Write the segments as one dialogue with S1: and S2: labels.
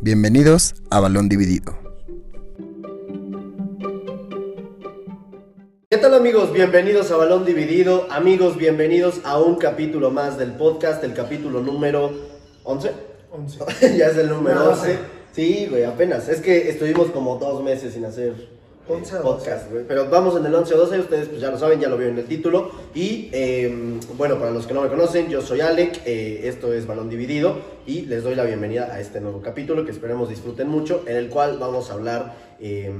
S1: Bienvenidos a Balón Dividido.
S2: ¿Qué tal amigos? Bienvenidos a Balón Dividido. Amigos, bienvenidos a un capítulo más del podcast, el capítulo número 11.
S3: 11.
S2: ya es el número
S3: No,
S2: 11.
S3: sí.
S2: Sí, güey, apenas. Es que estuvimos como dos meses sin hacer eh,
S3: 11 o 12.
S2: podcast, güey. Pero vamos en el 11 o 12, ustedes pues ya lo saben, ya lo vieron en el título. Y eh, bueno, para los que no me conocen, yo soy Alec, eh, esto es Balón Dividido y les doy la bienvenida a este nuevo capítulo que esperemos disfruten mucho, en el cual vamos a hablar eh,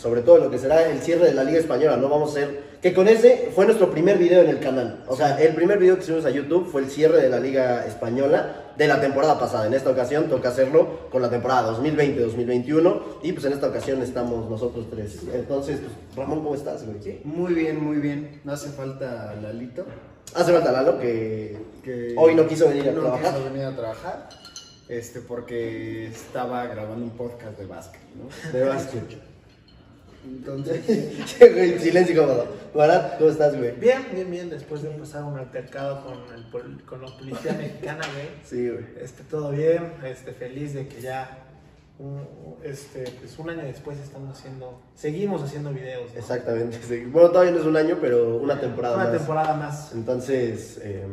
S2: sobre todo lo que será el cierre de la Liga Española, ¿no? Vamos a hacer... Que con ese fue nuestro primer video en el canal. O sea, el primer video que subimos a YouTube fue el cierre de la Liga Española de la temporada pasada. En esta ocasión toca hacerlo con la temporada 2020-2021 y pues en esta ocasión estamos nosotros tres. Entonces, pues, Ramón, ¿cómo estás, güey?
S4: Muy bien, muy bien. No hace falta Lalito.
S2: Hace falta Lalo que...
S4: Que
S2: Hoy no quiso venir a
S4: no
S2: trabajar.
S4: quiso venir a trabajar. Este, porque estaba grabando un podcast de básquet, ¿no?
S2: De básquet.
S4: Entonces,
S2: Che, güey, silencio incómodo. Guarat, ¿cómo estás, güey?
S3: Bien, bien, bien. Después de pasar un altercado con, el, pol- con la policía mexicana, güey.
S2: Sí, güey.
S3: Este, todo bien. Este, feliz de que ya. un- este, pues un año después estamos haciendo. Seguimos haciendo videos. ¿no?
S2: Exactamente. sí. Bueno, todavía no es un año, pero una temporada
S3: Una
S2: más.
S3: temporada más.
S2: Entonces, eh,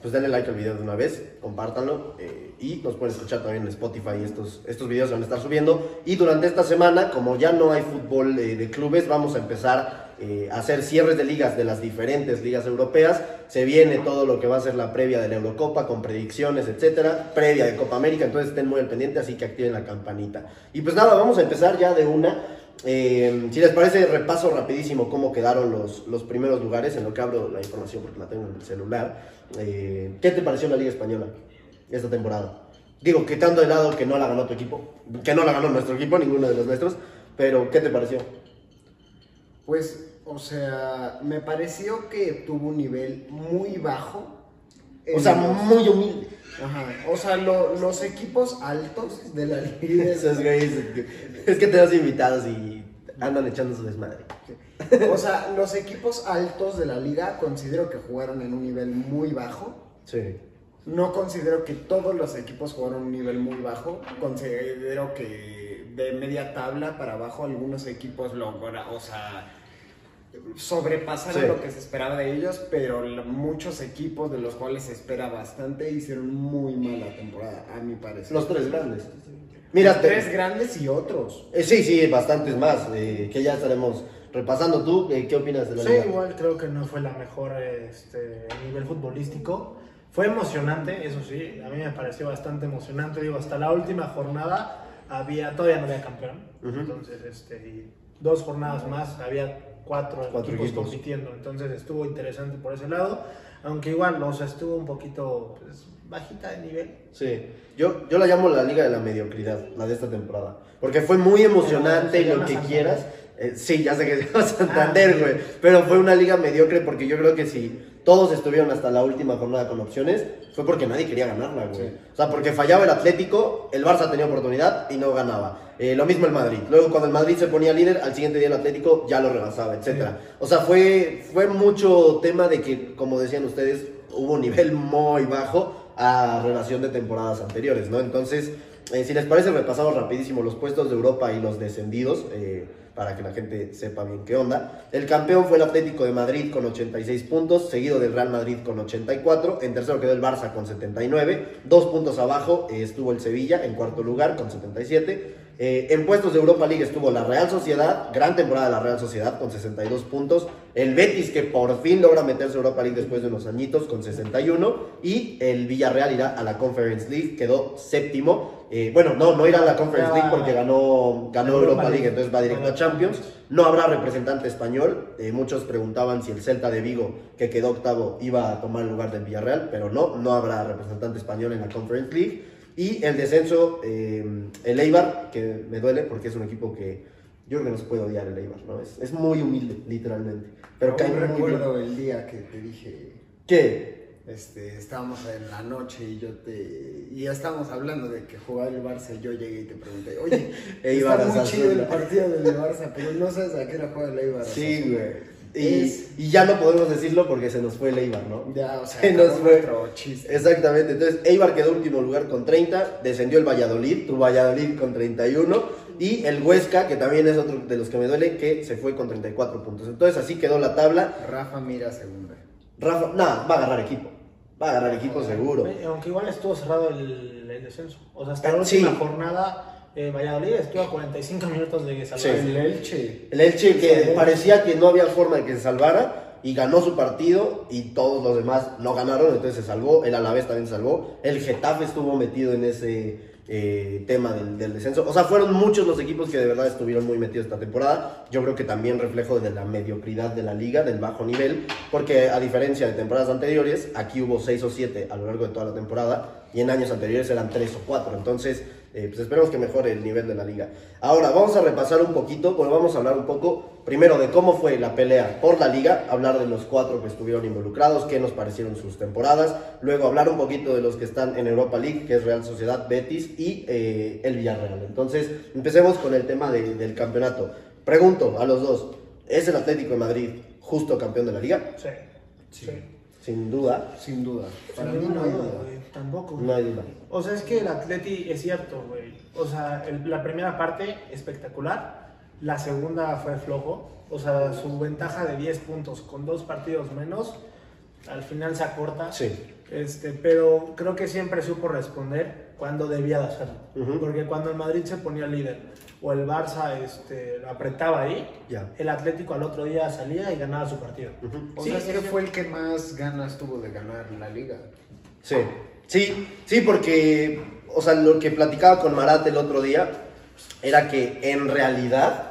S2: pues denle like al video de una vez, compártanlo eh, y nos pueden escuchar también en Spotify. Estos, estos videos se van a estar subiendo. Y durante esta semana, como ya no hay fútbol eh, de clubes, vamos a empezar eh, a hacer cierres de ligas de las diferentes ligas europeas. Se viene todo lo que va a ser la previa de la Eurocopa con predicciones, etcétera, previa de Copa América. Entonces estén muy al pendiente, así que activen la campanita. Y pues nada, vamos a empezar ya de una. Eh, si les parece, repaso rapidísimo cómo quedaron los, los primeros lugares, en lo que abro la información porque la tengo en el celular. Eh, ¿Qué te pareció la Liga Española esta temporada? Digo, quitando de lado que no la ganó tu equipo, que no la ganó nuestro equipo, ninguno de los nuestros, pero ¿qué te pareció?
S4: pues, o sea, me pareció que tuvo un nivel muy bajo.
S2: O sea,
S4: En los-
S2: muy humilde.
S4: Ajá. O sea, lo- los equipos altos de la liga.
S2: Esos güeyes, es que tenemos invitados y andan echando su desmadre.
S4: O sea, los equipos altos de la liga considero que jugaron en un nivel muy bajo.
S2: Sí.
S4: No considero que todos los equipos jugaron un nivel muy bajo. Considero que de media tabla para abajo algunos equipos logra, o sea, sobrepasaron
S2: Sí.
S4: lo que se esperaba de ellos, pero la- muchos equipos de los cuales se espera bastante hicieron muy mala temporada, a mi parecer.
S2: Los tres grandes. Mira, te-
S4: tres grandes y otros.
S2: eh, sí, sí, bastantes más, eh, que ya estaremos repasando. ¿Tú eh, qué opinas de la
S3: Sí,
S2: Liga?
S3: igual creo que no fue la mejor este, a nivel futbolístico. Fue emocionante, eso sí. A mí me pareció bastante emocionante. Digo, hasta la última jornada había, todavía no había campeón.
S2: Ujú.
S3: Entonces, este, y dos jornadas más había cuatro,
S2: Cuatro
S3: equipos,
S2: equipos.
S3: compitiendo. Entonces estuvo interesante por ese lado. Aunque igual, o sea, estuvo un poquito pues, bajita de nivel.
S2: Sí, yo, yo la llamo la liga de la mediocridad, la de esta temporada. Porque fue muy emocionante y
S3: Se
S2: lo
S3: llama
S2: que
S3: Santander. Ah,
S2: quieras. Eh, sí, ya sé que se llama Santander, güey. Pero fue una liga mediocre porque yo creo que si todos estuvieron hasta la última jornada con opciones, fue porque nadie quería ganarla, güey.
S4: Sí.
S2: O sea, porque fallaba el Atlético, el Barça tenía oportunidad y no ganaba. Eh, lo mismo el Madrid. Luego, cuando el Madrid se ponía líder, al siguiente día el Atlético ya lo rebasaba, etcétera. O sea, fue, fue mucho tema de que, como decían ustedes, hubo un nivel muy bajo a relación de temporadas anteriores, ¿no? Entonces, eh, si les parece, repasamos rapidísimo los puestos de Europa y los descendidos eh, para que la gente sepa bien qué onda. El campeón fue el Atlético de Madrid con 86 puntos, seguido del Real Madrid con 84, en tercero quedó el Barça con 79, dos puntos abajo eh, estuvo el Sevilla en cuarto lugar con 77. Eh, en puestos de Europa League estuvo la Real Sociedad, gran temporada de la Real Sociedad con 62 puntos, el Betis que por fin logra meterse a Europa League después de unos añitos con 61 y el Villarreal irá a la Conference League, quedó séptimo. Eh, bueno, no, no irá a la Conference
S3: Ya
S2: League
S3: va.
S2: porque ganó, ganó
S3: Europa
S2: Europa League,
S3: League.
S2: entonces va directo a
S3: Ganó
S2: Champions. No habrá representante español. Eh, muchos preguntaban si el Celta de Vigo, que quedó octavo, iba a tomar el lugar del Villarreal, pero no, no habrá representante español en la Conference League. Y el descenso, eh, el Eibar, que me duele porque es un equipo que yo creo que no se puede odiar el Eibar, ¿no? Es, es muy humilde, literalmente. Pero cae
S4: Aún
S2: muy bien.
S4: recuerdo el día que te dije
S2: ¿Qué?
S4: Este, estábamos en la noche y yo te. Y ya estábamos hablando de que jugaba el Barça. y Yo llegué y te pregunté, oye,
S2: Eibar
S4: está muy
S2: Osasuna".
S4: chido el partido del Barça, pero no sabes a qué hora juega el Eibar.
S2: Sí,
S4: Osasuna".
S2: güey. Y,
S4: Es-
S2: y ya no podemos decirlo porque se nos fue el Eibar, ¿no?
S4: Ya, o sea,
S2: Se nos
S4: acabó
S2: fue.
S4: nuestro chiste.
S2: Exactamente, entonces Eibar quedó último lugar con 30, descendió el Valladolid, tu Valladolid con 31 y el Huesca, que también es otro de los que me duele, que se fue con 34 puntos. Entonces así quedó la tabla.
S4: Rafa mira segunda.
S2: Rafa, nada, va a agarrar equipo, va a agarrar equipo Pues, seguro.
S3: Eh, Aunque igual estuvo cerrado el, el descenso. O sea, hasta
S2: Eh,
S3: la última
S2: sí.
S3: jornada, eh, Valladolid estuvo a 45 minutos de salvarse.
S4: El Elche.
S2: El Elche que parecía que no había forma de que se salvara y ganó su partido y todos los demás no ganaron, entonces se salvó, el Alavés también se salvó, el Getafe estuvo metido en ese eh, tema del, del descenso, o sea, fueron muchos los equipos que de verdad estuvieron muy metidos esta temporada, yo creo que también reflejo de la mediocridad de la liga, del bajo nivel, porque a diferencia de temporadas anteriores, aquí hubo 6 o 7 a lo largo de toda la temporada y en años anteriores eran 3 o 4, entonces... Eh, pues esperemos que mejore el nivel de la liga. Ahora, vamos a repasar un poquito, pues vamos a hablar un poco primero de cómo fue la pelea por la liga, hablar de los cuatro que estuvieron involucrados, qué nos parecieron sus temporadas, luego hablar un poquito de los que están en Europa League, que es Real Sociedad, Betis y eh, el Villarreal. Entonces, empecemos con el tema de- del campeonato. Pregunto a los dos, ¿es el Atlético de Madrid justo campeón de la liga?
S3: Sí. Sí.
S2: Sin duda,
S4: Sin duda. Para
S3: Sin
S4: mí
S3: ninguna
S4: no hay
S3: duda,
S4: duda.
S3: güey, Tampoco.
S2: no hay duda.
S3: O sea, es que el Atleti es cierto, güey. O sea, el- la primera parte espectacular, la segunda fue flojo. O sea, su ventaja de 10 puntos con dos partidos menos, al final se acorta.
S2: Sí.
S3: Este, pero creo que siempre supo responder cuando debía de hacerlo.
S2: Ujú.
S3: Porque cuando el Madrid se ponía líder o el Barça este, lo apretaba ahí,
S2: Ya.
S3: el Atlético al otro día salía y ganaba su partido.
S2: Ujú.
S4: O
S3: Sí,
S4: sea,
S3: sí,
S4: creo
S3: sí.
S4: que fue el que más ganas tuvo de ganar la liga.
S2: Sí, sí, sí, porque, o sea, lo que platicaba con Marat el otro día era que en realidad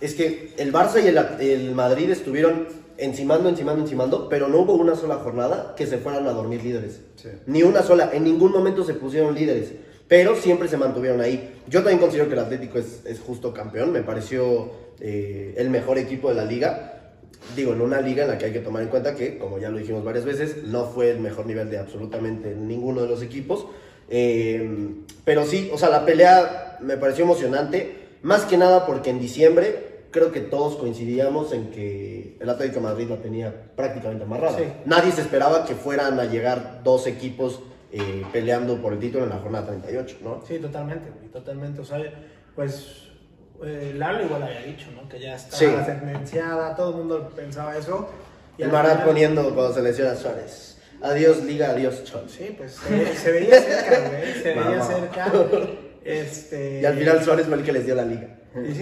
S2: es que el Barça y el, At- el Madrid estuvieron encimando, encimando, encimando, pero no hubo una sola jornada que se fueran a dormir líderes.
S4: Sí.
S2: Ni una sola, en ningún momento se pusieron líderes, pero siempre se mantuvieron ahí. Yo también considero que el Atlético es, es justo campeón, me pareció eh, el mejor equipo de la liga. Digo, en una liga en la que hay que tomar en cuenta que, como ya lo dijimos varias veces, no fue el mejor nivel de absolutamente ninguno de los equipos. Eh, pero sí, o sea, la pelea me pareció emocionante, más que nada porque en diciembre creo que todos coincidíamos en que el Atlético de Madrid la tenía prácticamente amarrada.
S3: Sí.
S2: Nadie se esperaba que fueran a llegar dos equipos eh, peleando por el título en la jornada 38, ¿no?
S3: Sí, totalmente, güey, totalmente. O sea, pues eh, Lalo igual había dicho, ¿no? Que ya estaba
S2: Sí.
S3: sentenciada, todo el mundo pensaba eso.
S2: el
S3: al
S2: Marat
S3: final-
S2: poniendo cuando se lesiona Suárez. Adiós, Liga, adiós, Chol.
S3: Sí, pues se, se veía cerca, güey, se veía
S2: Mamá.
S3: cerca. Este,
S2: Y al final Suárez fue el que les dio la liga.
S3: Y Sí,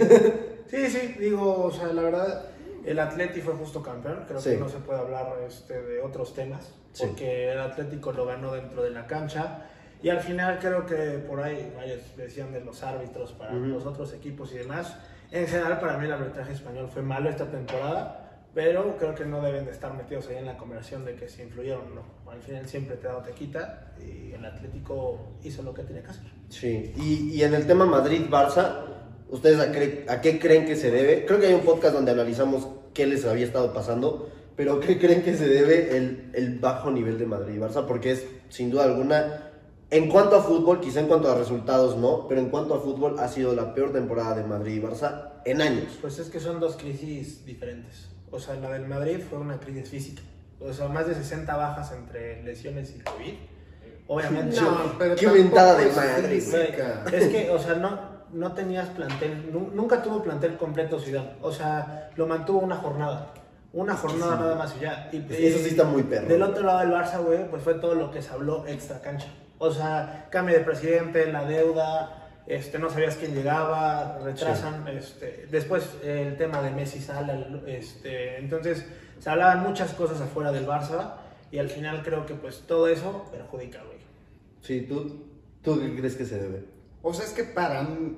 S3: sí, sí, digo, o sea, la verdad, el Atleti fue justo campeón, creo
S2: Sí.
S3: que no se puede hablar este, de otros temas,
S2: Sí.
S3: porque el Atlético lo ganó dentro de la cancha, y al final creo que por ahí, vaya, decían de los árbitros para
S2: Ujú.
S3: los otros equipos y demás, en general para mí el arbitraje español fue malo esta temporada, pero creo que no deben de estar metidos ahí en la conversación de que si influyeron o no, al final siempre te da o te quita, y el Atlético hizo lo que tenía que hacer.
S2: Sí, y, y en el tema Madrid-Barça, ¿ustedes a, cre- a qué creen que se debe? Creo que hay un podcast donde analizamos qué les había estado pasando, pero ¿qué creen que se debe el, el bajo nivel de Madrid-Barça? Porque es, sin duda alguna, en cuanto a fútbol, quizá en cuanto a resultados no, pero en cuanto a fútbol ha sido la peor temporada de Madrid-Barça en años.
S3: Pues es que son dos crisis diferentes. O sea, la del Madrid fue una crisis física. O sea, más de 60 bajas entre lesiones y COVID. Obviamente.
S4: pero
S2: qué mentada de
S4: tampoco es
S2: madre, güey.
S4: física.
S3: Es que, o sea, no, no tenías plantel, nu- nunca tuvo plantel completo Ciudad. O sea, lo mantuvo una jornada. Una jornada nada más y ya. Y,
S2: que eso sí está muy perro.
S3: Del otro lado del Barça, güey, pues fue todo lo que se habló extra cancha. O sea, cambio de presidente, la deuda, este, no sabías quién llegaba, retrasan, este, después eh, el tema de Messi sale, este, entonces se hablaban muchas cosas afuera del Barça y al final creo que pues todo eso perjudica, güey.
S2: Sí, ¿tú, tú qué crees que se debe?
S4: O sea, es que para. mí-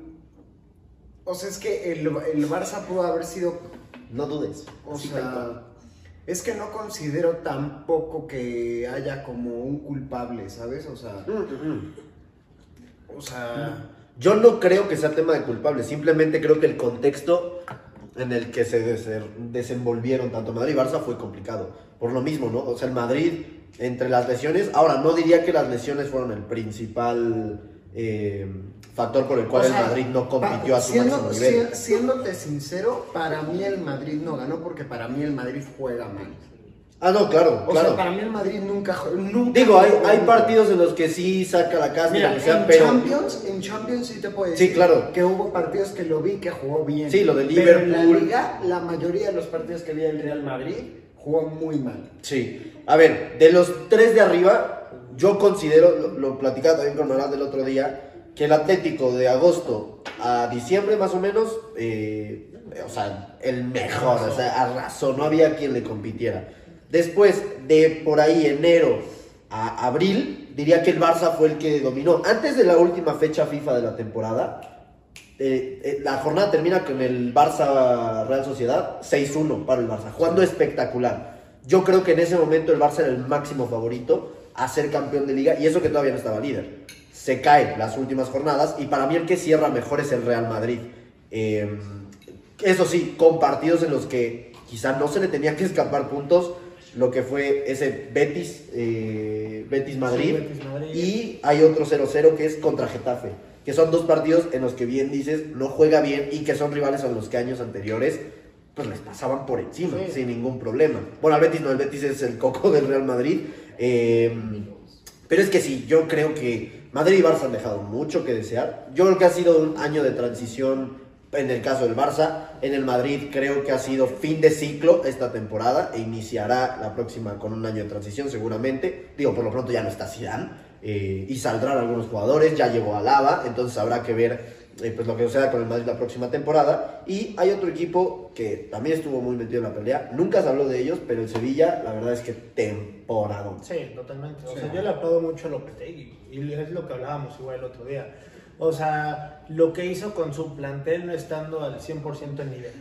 S4: O sea, es que el, el Barça pudo haber sido.
S2: No dudes.
S4: O
S2: Así
S4: sea,
S2: tal cual.
S4: es que no considero tampoco que haya como un culpable, ¿sabes? O sea.
S2: Mm, mm.
S4: O sea.
S2: Yo no creo que sea tema de culpable, simplemente creo que el contexto en el que se des- desenvolvieron tanto Madrid y Barça fue complicado. Por lo mismo, ¿no? O sea, el Madrid, entre las lesiones, ahora no diría que las lesiones fueron el principal eh, factor por el cual
S4: O sea,
S2: el Madrid no
S4: pa-
S2: compitió a su
S4: siendo-
S2: máximo nivel.
S4: si- siéndote sincero, para mí el Madrid no ganó porque para mí el Madrid juega mal.
S2: Ah, no, claro,
S4: O
S2: claro.
S4: sea, para mí el Madrid nunca, jue- nunca
S2: Digo, hay,
S4: jugó
S2: hay
S4: bien.
S2: partidos en los que sí saca la casta, y
S4: Mira,
S2: lo que sea,
S4: en,
S2: pero.
S4: Champions, en Champions sí te puedo
S2: Sí,
S4: decir
S2: claro.
S4: que hubo partidos que lo vi que jugó bien.
S2: Sí, lo de
S4: Pero en la
S2: Liverpool.
S4: liga, la mayoría de los partidos que vi del Real Madrid jugó muy mal.
S2: Sí. A ver, de los tres de arriba, yo considero, lo, lo platicaba también con Marat el otro día, que el Atlético de agosto a diciembre más o menos, eh, o sea, el mejor, o sea, arrasó, no había quien le compitiera. Después, de por ahí enero a abril, diría que el Barça fue el que dominó. Antes de la última fecha FIFA de la temporada, eh, eh, la jornada termina con el Barça Real Sociedad 6-1 para el Barça, jugando espectacular. Yo creo que en ese momento el Barça era el máximo favorito a ser campeón de liga y eso que todavía no estaba líder. Se caen las últimas jornadas y para mí el que cierra mejor es el Real Madrid. Eh, eso sí, con partidos en los que quizá no se le tenía que escapar puntos, lo que fue ese Betis, eh, Betis Madrid.
S3: Sí, Betis Madrid.
S2: Y hay otro 0-0 que es contra Getafe, que son dos partidos en los que bien dices no juega bien y que son rivales a los que años anteriores pues les pasaban por encima
S4: Sí.
S2: sin ningún problema. Bueno, el Betis no, el Betis es el coco del Real Madrid. eh, pero es que sí, yo creo que Madrid y Barça han dejado mucho que desear. Yo creo que ha sido un año de transición en el caso del Barça. En el Madrid creo que ha sido fin de ciclo esta temporada e iniciará la próxima con un año de transición seguramente. Digo, por lo pronto ya no está Zidane eh, y saldrán algunos jugadores. Ya llegó a Lava, entonces habrá que ver eh, pues lo que suceda con el Madrid la próxima temporada. Y hay otro equipo que también estuvo muy metido en la pelea. Nunca se habló de ellos, pero el Sevilla la verdad es que temporadón.
S3: Sí, totalmente. O
S4: Sí.
S3: sea, yo le aplaudo mucho a Lopetegui y es lo que hablábamos igual el otro día. O sea, lo que hizo con su plantel no estando al 100% en nivel,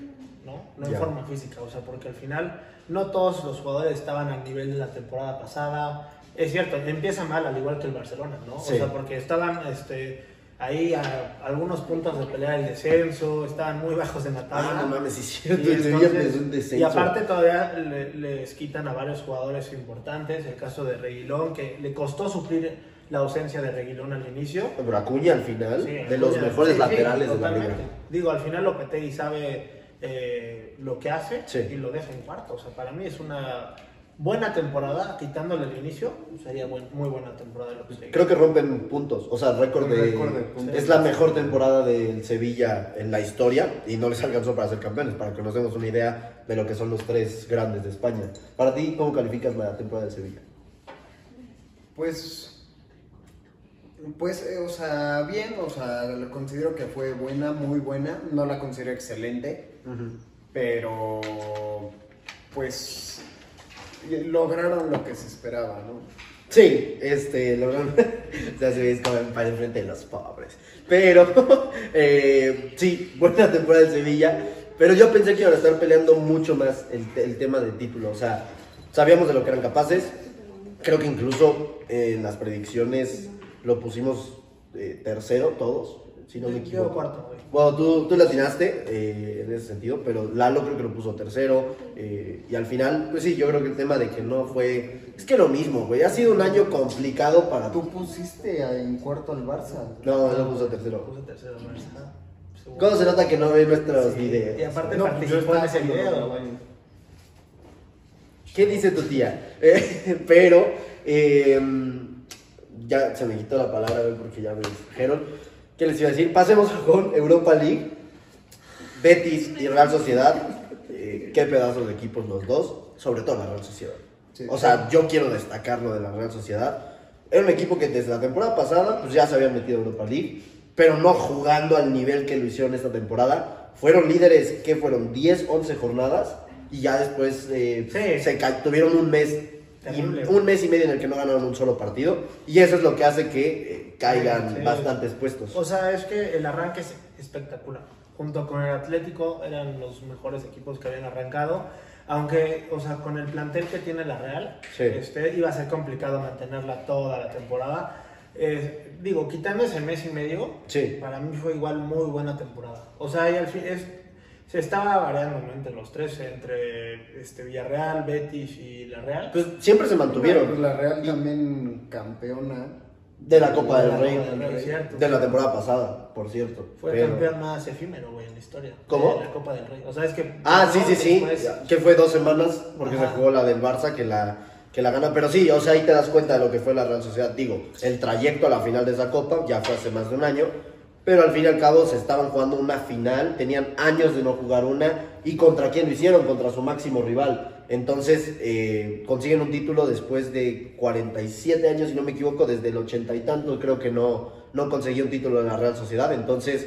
S3: ¿no? No en
S2: Ya.
S3: forma física, o sea, porque al final no todos los jugadores estaban al nivel de la temporada pasada. Es cierto, empieza mal, al igual que el Barcelona, ¿no?
S2: Sí.
S3: O sea, porque estaban este, ahí a algunos puntos de pelea del descenso, estaban muy bajos en la tabla.
S2: Ah, no mames, sí, es
S3: Y,
S2: cierto, el Sevilla
S3: entonces-
S2: empezó en descenso.
S3: y aparte todavía le- les quitan a varios jugadores importantes, el caso de Reguilón, que le costó suplir la ausencia de Reguilón al inicio.
S2: Pero Acuña al final,
S3: Sí,
S2: de los
S3: sí,
S2: mejores
S3: sí,
S2: laterales de la
S3: totalmente.
S2: liga.
S3: Digo, al final Lopetegui sabe eh, lo que hace
S2: Sí.
S3: y lo deja en cuarto. O sea, para mí es una buena temporada, quitándole el inicio, sería buen- muy buena temporada de Lopetegui.
S2: Creo que rompen puntos, o sea, récord
S4: Un
S2: de,
S4: récord de puntos.
S2: Es la mejor temporada del Sevilla en la historia y no les alcanzó para ser campeones, para que nos demos una idea de lo que son los tres grandes de España. Para ti, ¿cómo calificas la temporada del Sevilla?
S4: Pues, pues, eh, o sea, bien, o sea, lo considero que fue buena, muy buena. No la considero excelente, pero, pues, eh, lograron lo que se esperaba, ¿no?
S2: Sí, este, lo o sea, se ve como en- para enfrente de los pobres. Pero, eh, sí, buena temporada del Sevilla. Pero yo pensé que iban a estar peleando mucho más el, te- el tema del título. O sea, sabíamos de lo que eran capaces. Creo que incluso eh, en las predicciones lo pusimos eh, tercero todos, si no me
S3: Yo
S2: equivoco.
S3: cuarto, güey.
S2: Bueno, tú, tú le atinaste eh, en ese sentido, pero Lalo creo que lo puso tercero. eh, y al final, pues sí, yo creo que el tema de que no fue. Es que lo mismo, güey. Ha sido un año complicado para tú.
S4: Tú pusiste a- en cuarto al Barça.
S2: No, lo puso tercero.
S3: Puse tercero, Barça. Segundo.
S2: ¿Cómo se nota que no ve nuestros
S3: Sí,
S2: videos?
S3: Y aparte
S4: No, pues yo
S3: participó en
S4: estaba
S3: ese
S4: haciendo
S3: video,
S4: otro,
S3: güey.
S2: ¿Qué dice tu tía? Eh, pero, eh, ya se me quitó la palabra güey, porque ya me dijeron. ¿Qué les iba a decir? Pasemos con Europa League, Betis y Real Sociedad. Eh, qué pedazos de equipos los dos, sobre todo la Real Sociedad.
S4: Sí.
S2: O sea, yo quiero destacar lo de la Real Sociedad. Era un equipo que desde la temporada pasada pues ya se habían metido a Europa League, pero no jugando al nivel que lo hicieron esta temporada. Fueron líderes que fueron 10, 11 jornadas y ya después eh,
S3: Sí.
S2: se ca- tuvieron un mes, y-
S3: Terrible.
S2: un mes y medio en el que no ganaron un solo partido y eso es lo que hace que eh, caigan
S3: Sí.
S2: bastantes puestos.
S3: O sea, es que el arranque es espectacular. Junto con el Atlético eran los mejores equipos que habían arrancado. Aunque, o sea, con el plantel que tiene la Real,
S2: Sí.
S3: este, iba a ser complicado mantenerla toda la temporada. Eh, digo, quitando ese mes y medio,
S2: Sí.
S3: para mí fue igual muy buena temporada. O sea, y al fin es, se estaba variando ¿no? entre los tres, entre este, Villarreal, Betis y la Real.
S2: pues siempre se mantuvieron.
S4: La Real también campeona.
S2: De la Copa
S3: De
S2: del
S3: la
S2: Rey.
S3: Copa del Rey, cierto.
S2: De la temporada pasada, por cierto.
S3: Fue el
S2: Pero-
S3: campeón más efímero, güey, en la historia.
S2: ¿Cómo?
S3: De la Copa del Rey. O sea, es que.
S2: Ah, sí, sí, sí.
S3: Después-
S2: Que fue dos semanas porque
S3: Ajá.
S2: se jugó la del Barça que la, que la gana. Pero sí, o sea, ahí te das cuenta de lo que fue la Real Sociedad. Digo, el trayecto a la final de esa copa ya fue hace más de un año. Pero al fin y al cabo se estaban jugando una final, tenían años de no jugar una. ¿Y contra quién lo hicieron? Contra su máximo rival. Entonces eh, consiguen un título después de 47 años, si no me equivoco, desde el ochenta y tanto creo que no, no conseguía un título en la Real Sociedad. Entonces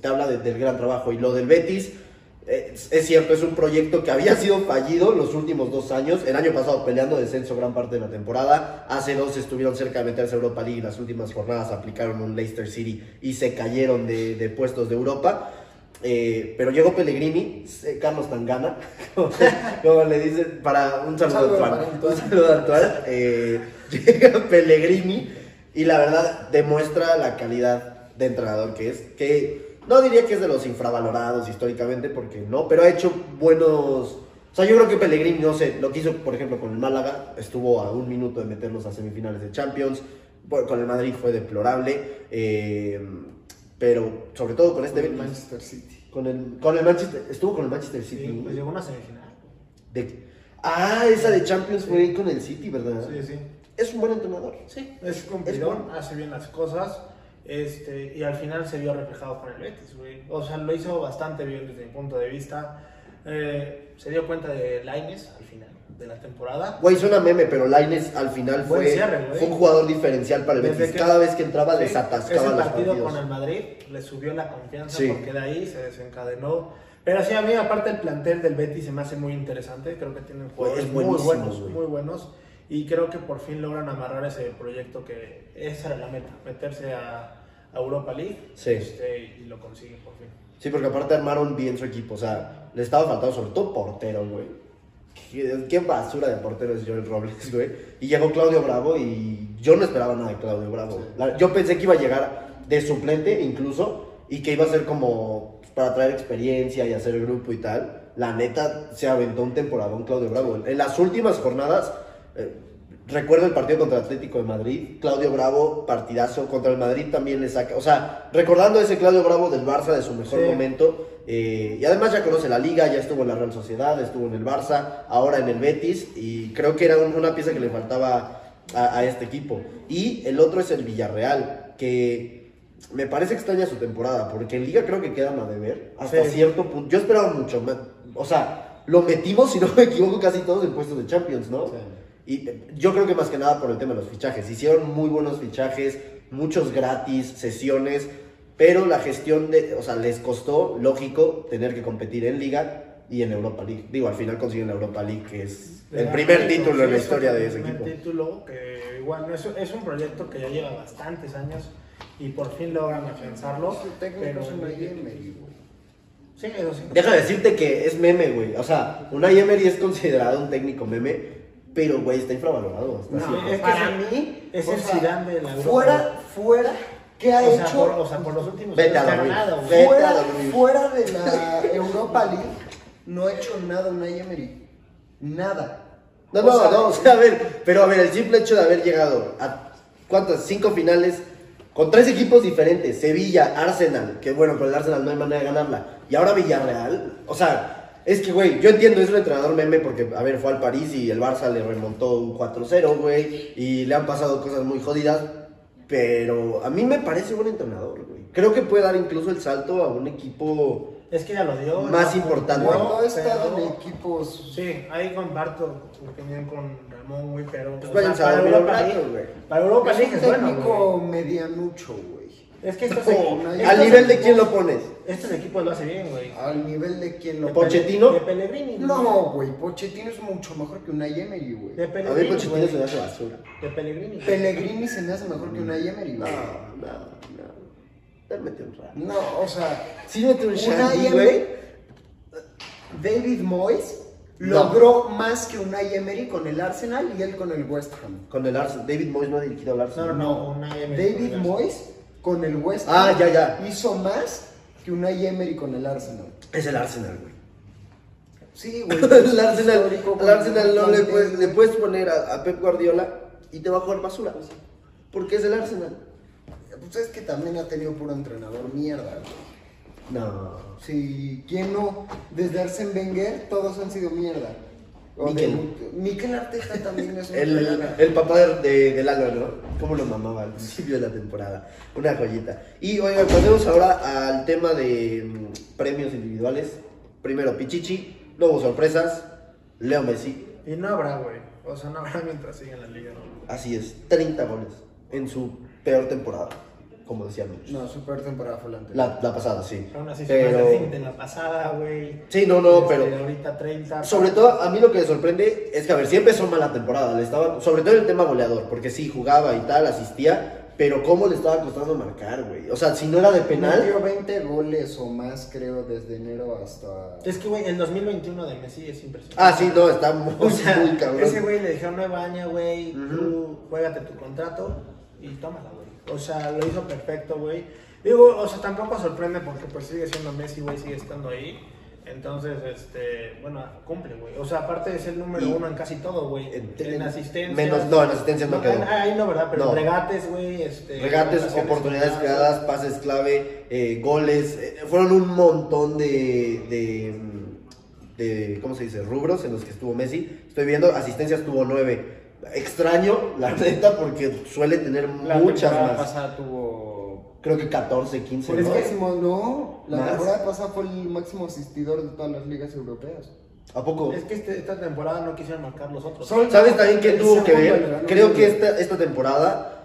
S2: te habla de- del gran trabajo. Y lo del Betis, es, es cierto, es un proyecto que había sido fallido los últimos dos años. El año pasado peleando descenso gran parte de la temporada. Hace dos estuvieron cerca de meterse a Europa League. Las últimas jornadas aplicaron un Leicester City y se cayeron de, de puestos de Europa. Eh, pero llegó Pellegrini, eh, Carlos Tangana, como, como le dicen, para un saludo
S4: Saludo
S2: a
S4: para
S2: Antoine. Un saludo a Antoine. Eh, llega Pellegrini y la verdad demuestra la calidad de entrenador que es. Que no diría que es de los infravalorados históricamente, porque no, pero ha hecho buenos. O sea, yo creo que Pellegrini, no sé, lo que hizo, por ejemplo, con el Málaga, estuvo a un minuto de meternos a semifinales de Champions. Bueno, con el Madrid fue deplorable. eh, pero sobre todo con este
S4: Del
S2: Betis.
S4: Manchester City.
S2: Con el, con el Manchester, estuvo con el Manchester City.
S3: Sí, pues llegó a una semifinal.
S2: De- ah, esa de Champions fue con el City, ¿verdad?
S3: Sí, sí.
S2: Es un buen entrenador.
S3: Sí, es cumplidor, hace bien las cosas. Este, y al final se vio reflejado con el Betis, güey. O sea, lo hizo bastante bien desde mi punto de vista. Eh, se dio cuenta de Laines al final de la temporada.
S2: Güey, suena meme, pero Laines al final
S3: Buen
S2: fue,
S3: cierre, güey.
S2: fue un jugador diferencial para el
S3: Desde
S2: Betis.
S3: que-
S2: Cada vez que entraba
S3: Sí,
S2: desatascaba
S3: ese
S2: los
S3: partido
S2: partidos.
S3: con el Madrid le subió la confianza
S2: Sí.
S3: porque de ahí se desencadenó. Pero sí, a mí aparte el plantel del Betis se me hace muy interesante. Creo que tienen jugadores muy
S2: Pues, buenísimo,
S3: buenos,
S2: güey.
S3: muy buenos. Y creo que por fin logran amarrar ese proyecto que esa era la meta, meterse a, a Europa League.
S2: Sí.
S3: Este, y lo consiguen por fin.
S2: Sí, porque aparte armaron bien su equipo. O sea, le estaba faltando sobre todo portero, güey. Qué, qué basura de portero es Joel Robles, güey. Y llegó Claudio Bravo y yo no esperaba nada de Claudio Bravo. La- yo pensé que iba a llegar de suplente incluso y que iba a ser como pues, para traer experiencia y hacer grupo y tal. La neta se aventó un temporadón Claudio Bravo. En las últimas jornadas, eh, recuerdo el partido contra Atlético de Madrid, Claudio Bravo, partidazo contra el Madrid también le saca. O sea, recordando ese Claudio Bravo del Barça de su mejor
S3: Sí.
S2: momento momento, eh, y además ya conoce la liga, ya estuvo en la Real Sociedad, estuvo en el Barça, ahora en el Betis. Y creo que era un- una pieza que le faltaba a, a este equipo. Y el otro es el Villarreal, que me parece extraña su temporada, porque en liga creo que quedan a deber hasta
S3: Sí.
S2: cierto punto. Yo esperaba mucho más. O sea, lo metimos, si no me equivoco, casi todos en puestos de Champions, ¿no? Y eh, yo creo que más que nada por el tema de los fichajes. Hicieron muy buenos fichajes, muchos gratis, sesiones, pero la gestión de, o sea, les costó, lógico, tener que competir en Liga y en Europa League. Digo, al final consiguen la Europa League, que es el primer título en la historia de ese equipo.
S3: El título que igual no es, es un proyecto que ya lleva bastantes años y por fin logran afianzarlo.
S4: Su técnico
S3: Pero,
S4: es un Emery, güey.
S3: sí, eso sí.
S2: Deja de decirte que es meme, güey. O sea, Unai Emery es considerado un técnico meme, pero, güey, está infravalorado. está
S3: No,
S2: así.
S3: es que
S4: Para
S3: sí.
S4: mí,
S3: Es
S4: o
S3: el
S4: sea,
S3: Zidane de la Europa.
S4: Fuera, fuera, ¿qué ha
S3: o
S4: hecho?
S3: Sea, por, o sea, por los últimos
S2: Vete a
S3: años,
S2: dormir.
S3: nada, güey.
S2: Vete a
S4: fuera,
S2: dormir.
S4: fuera de la Europa League, no ha hecho nada Unai Emery. Nada.
S2: No,
S4: O
S2: no,
S4: sea,
S2: no, o sea, a ver, pero a ver, el simple hecho de haber llegado a cuántas, cinco finales con tres equipos diferentes, Sevilla, Arsenal, que bueno, con el Arsenal no hay manera de ganarla, y ahora Villarreal, o sea, es que, güey, yo entiendo, es un entrenador meme porque, a ver, fue al París y el Barça le remontó un 4-0, güey, y le han pasado cosas muy jodidas, pero a mí me parece buen entrenador, güey. Creo que puede dar incluso el salto a un equipo...
S3: Es que ya lo dio.
S2: Más
S3: ya
S2: importante.
S3: jugó,
S4: Cuando ha estado
S3: pero-
S4: en equipos.
S3: Sí, ahí comparto tu opinión con Ramón, güey, pero.
S2: Pues
S3: o
S2: vayan
S3: sea,
S2: a
S3: para
S2: dormir un
S3: Europa
S4: ¿eh?
S2: rato,
S3: League-
S2: güey.
S3: Para Europa
S4: es
S3: League
S4: un
S3: es bueno.
S4: técnico
S3: güey.
S4: medianucho, güey.
S3: Es que este estos,
S4: No,
S3: estos
S2: Al nivel de quién lo pones.
S3: Estos equipos este lo hace bien, güey.
S4: Al nivel de quien
S3: De
S4: lo.
S2: Poche-
S3: Pele- De Pellegrini.
S4: No, güey. Pochettino es mucho mejor que Unai
S3: De
S4: Emery, güey.
S2: A mí
S3: Pellegrini.
S2: Pochettino
S3: güey.
S2: se me hace basura.
S3: De Pellegrini. güey.
S4: Pellegrini se me hace mejor que Unai Emery,
S2: No,
S4: güey.
S2: no, no. Él metió un rato.
S4: No, o sea.
S2: Sí metió un
S4: Unai
S2: shandy,
S4: Emery,
S2: güey.
S4: David Moyes
S2: No.
S4: logró más que Unai Emery con el Arsenal y él con el West Ham.
S2: Con el Arsenal. David Moyes no ha dirigido al
S3: No,
S2: Arsenal.
S3: no, una M.
S4: David Moyes con el West Ham
S2: Ah, ya, ya.
S4: hizo más que Unai Emery con el Arsenal.
S2: Es el Arsenal, güey.
S4: Sí, güey.
S2: El Arsenal,
S4: Histórico,
S2: el Arsenal no le
S4: plantel,
S2: puedes, le
S4: güey.
S2: puedes poner a, a Pep Guardiola y te va a jugar basura. Porque es del Arsenal.
S4: Pues es que también ha tenido puro entrenador mierda, güey.
S2: No.
S4: Sí, ¿quién no? Desde Arsene Wenger todos han sido mierda. O de
S2: Mikel.
S4: Gut- Mikel Arteta también es un
S2: El,
S4: mierda.
S2: el papá de, de, de Lalo, ¿no? ¿Cómo lo mamaba al principio de la temporada? Una joyita. Y oigan, pasemos ahora al tema de mm, premios individuales. Primero, Pichichi, luego sorpresas, Leo Messi.
S3: Y no habrá, güey. O sea, no habrá mientras siga en la liga, ¿no?
S2: Así es, 30 goles en su peor temporada, como decía Mitch.
S4: No, su peor temporada fue la anterior.
S2: La, la pasada, sí.
S3: Pero aún así se
S2: Pero-
S3: fue de la pasada, güey.
S2: Sí, no, no,
S3: Este,
S2: pero-
S3: Ahorita 30.
S2: Sobre todo, a mí lo que me sorprende es que, a ver, sí empezó mala temporada, le estaba, sobre todo en el tema goleador, porque sí, jugaba y tal, asistía, pero cómo le estaba costando marcar, güey. O sea, si no era de penal,
S4: Metió 20 goles o más, creo, desde enero hasta.
S3: Es que, güey, el 2021 de Messi es impresionante.
S2: ah, sí, no, está muy,
S3: O sea,
S2: muy cabrón.
S3: ese güey le dijeron nueva año, güey,
S2: Ujú.
S3: tú juégate tu contrato y tómala, güey. O sea, lo hizo perfecto, güey. Digo, o sea, tampoco sorprende porque pues sigue siendo Messi, güey, sigue estando ahí. Entonces, este, bueno, cumple, güey. O sea, aparte es el número
S2: Y-
S3: uno en casi todo, güey.
S2: en-
S3: En,
S2: en-
S3: asistencia.
S2: menos- no, en asistencias no quedó.
S3: Ahí no, ¿verdad? Pero
S2: No.
S3: en ah, regates, güey, este...
S2: Regates,
S3: ocasiones
S2: oportunidades creadas, pases clave, eh, goles. eh, fueron un montón de, de, mm, de, ¿Cómo se dice? Rubros en los que estuvo Messi. Estoy viendo, asistencias tuvo nueve. Extraño, la neta, porque suele tener
S5: La
S2: muchas
S5: temporada
S2: más.
S5: pasada Pues tuvo.
S2: Creo que 14, 15.
S4: Pues Es
S2: ¿no?
S4: máximo, no. La
S2: ¿Más?
S4: temporada pasada fue el máximo asistidor de todas las ligas europeas.
S2: ¿A poco?
S3: Es que este- esta temporada no quisieron marcar los otros.
S4: Solo-
S2: ¿Sabes también qué
S4: El
S2: tuvo que
S4: segundo,
S2: ver?
S4: ¿no?
S2: Creo que esta, esta temporada.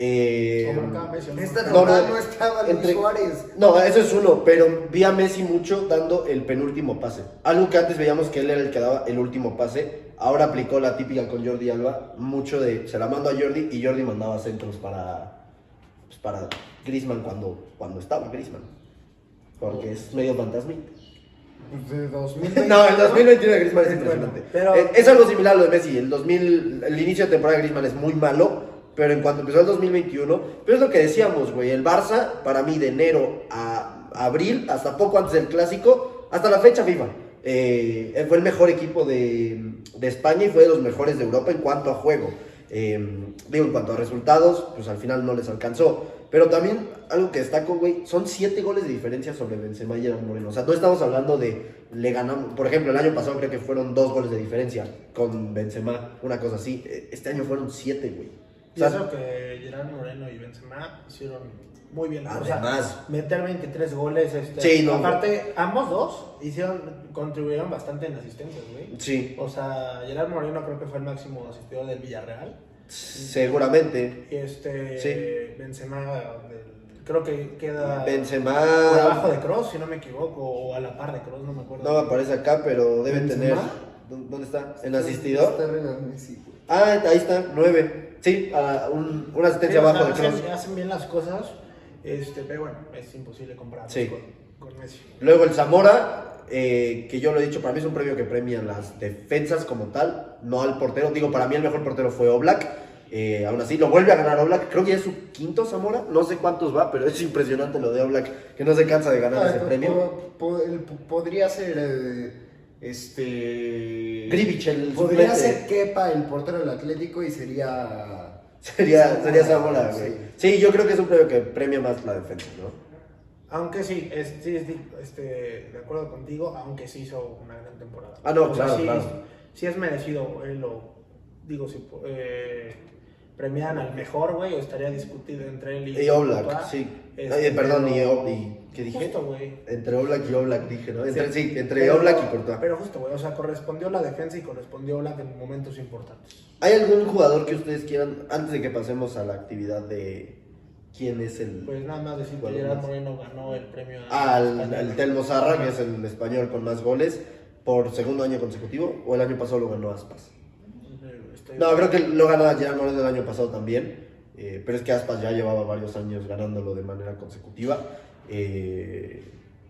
S2: eh,
S3: O marcaba Messi, o no
S4: Esta
S3: marcaba.
S2: No, no,
S4: temporada no, estaba Luis
S2: entre-
S4: Suárez.
S2: No, eso es uno, pero vi a Messi mucho dando el penúltimo pase. Algo que antes veíamos que él era el que daba el último pase, ahora aplicó la típica con Jordi Alba, mucho de se la mando a Jordi y Jordi mandaba centros para pues, para Griezmann cuando cuando estaba Griezmann. Porque es medio fantasmita.
S3: Pues
S4: De 2020.
S2: No, el 2021 de Griezmann es impresionante.
S3: pero-
S2: Eh, es algo similar a lo de Messi. El, 2000, el inicio de temporada de Griezmann es muy malo, pero en cuanto empezó el 2021, pero es lo que decíamos, güey. El Barça, para mí, de enero a abril, hasta poco antes del Clásico, hasta la fecha FIFA, eh, fue el mejor equipo de, de España y fue de los mejores de Europa en cuanto a juego. Eh, digo, en cuanto a resultados, pues al final no les alcanzó. Pero también algo que destaco, güey, son siete goles de diferencia sobre Benzema y Gerard Moreno. O sea, no estamos hablando de le ganamos. Por ejemplo, el año pasado creo que fueron dos goles de diferencia con Benzema, una cosa así. Eh, Este año fueron siete, güey. O
S3: Y
S2: sea,
S3: eso que Gerard Moreno y Benzema hicieron muy bien. la
S2: Además.
S3: meter 23 goles. Este,
S2: Ah, Sí, no.
S3: Aparte, ambos dos hicieron, contribuyeron bastante en asistencias, güey.
S2: sí,
S3: O sea, Gerard Moreno creo que fue el máximo asistidor del Villarreal.
S2: seguramente.
S3: Y este
S2: Sí.
S3: Benzema del- creo que queda por abajo
S2: Benzema
S3: de Cross, si no me equivoco, o a la par de Cross, no me acuerdo.
S2: no aparece acá, pero debe
S4: ¿Benzema?
S2: tener. ¿Dó- ¿Dónde está? ¿En asistidor?
S4: Está arriba de Messi, güey.
S2: Ah, ahí está, nueve. Sí, a un- una
S3: Sí,
S2: asistencia
S3: o sea,
S2: abajo de
S3: hacen,
S2: Kroos.
S3: hacen bien las cosas, este, pero bueno, es imposible comparar
S2: Sí.
S3: con, con Messi.
S2: Luego el Zamora, eh, que yo lo he dicho, para mí es un premio que premia las defensas como tal, no al portero. Digo, para mí el mejor portero fue Oblak. Eh, aún así, lo vuelve a ganar Oblak. Creo que ya es su quinto Zamora. No sé cuántos va, pero es impresionante lo de Oblak, que no se cansa de ganar
S4: Ah,
S2: ese
S4: po-
S2: premio.
S4: po- el- po- podría ser eh, este.
S2: Grivich, el
S4: Podría
S2: suplente.
S4: ser Kepa, el portero del Atlético, y sería.
S2: Sería, sería Zamora,
S4: Sí.
S2: güey. Sí, yo creo que es un premio que premia más la defensa, ¿no?
S3: Aunque sí, es, sí, es di- este, de acuerdo contigo, aunque sí hizo una gran temporada.
S2: Ah, no,
S3: sea,
S2: claro,
S3: sí,
S2: claro.
S3: sí es merecido, eh, lo digo, si eh, premiaran al mejor, güey, o estaría discutido entre él y...
S2: Y Oblak,
S3: Courtois.
S2: sí.
S3: Este,
S2: Eh, perdón, y,
S3: pero-
S2: Ob- y- ¿qué dije?
S3: Justo, güey.
S2: Entre Oblak y Oblak dije, ¿no? Entre, sí.
S3: Sí.
S2: entre
S3: Pero-
S2: Oblak y Courtois.
S3: Pero justo, güey, o sea, correspondió la defensa y correspondió Oblak en momentos importantes.
S2: ¿Hay algún jugador que ustedes quieran, antes de que pasemos a la actividad de quién es el...
S3: Pues nada más decir que
S2: Bueno,
S3: Gerard
S2: más.
S3: Moreno ganó el premio... a-
S2: al
S3: España.
S2: al Telmo Zarra, que es el español con más goles, por segundo año consecutivo, o el año pasado lo ganó Aspas?
S3: Eh, Estoy-
S2: No, creo que lo ganó Gerard Moreno el año pasado también, eh, pero es que Aspas ya llevaba varios años ganándolo de manera consecutiva. eh,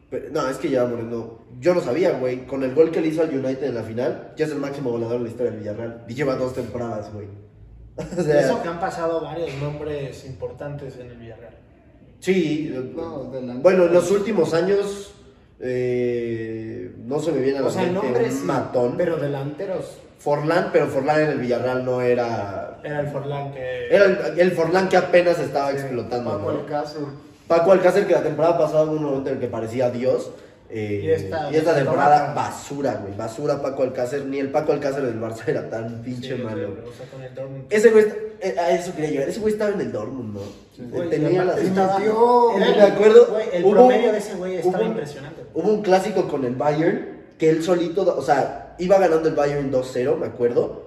S2: pero- no, es que Gerard Moreno, yo no sabía, güey, con el gol que le hizo al United en la final, ya es el máximo goleador de la historia del Villarreal, y lleva dos temporadas, güey. O sea,
S3: Eso que han pasado varios nombres importantes en el Villarreal.
S2: Sí,
S4: No, de la-
S2: bueno, en los últimos años eh, no se me viene a la
S4: O sea,
S2: mente
S4: nombres.
S2: un
S4: sí,
S2: matón.
S4: Pero delanteros.
S2: Forlán, pero Forlán en el Villarreal no era...
S3: Era el Forlán que.
S2: Era el, el Forlán que apenas estaba
S4: Sí,
S2: explotando.
S4: Paco
S2: ¿no?
S4: Alcácer.
S2: Paco Alcácer, que la temporada pasada fue un momento en el que parecía Dios. eh,
S3: Y esta-
S2: temporada, basura, güey. Basura Paco Alcácer. Ni el Paco Alcácer del Barça era tan pinche
S3: Sí,
S2: malo.
S3: o sea, con el Dortmund.
S2: Ese güey, está- eh, a eso quería llegar. Ese güey estaba en el Dortmund, ¿no?
S3: Güey, y
S2: Tenía la.
S3: aparte
S4: estaba-
S2: Yo
S3: era
S2: me
S3: el-
S2: acuerdo.
S3: güey, el
S2: hubo-
S3: promedio de ese güey estaba
S2: hubo-
S3: impresionante.
S2: Hubo un clásico con el Bayern que él solito, o sea, iba ganando el Bayern 2-0, me acuerdo.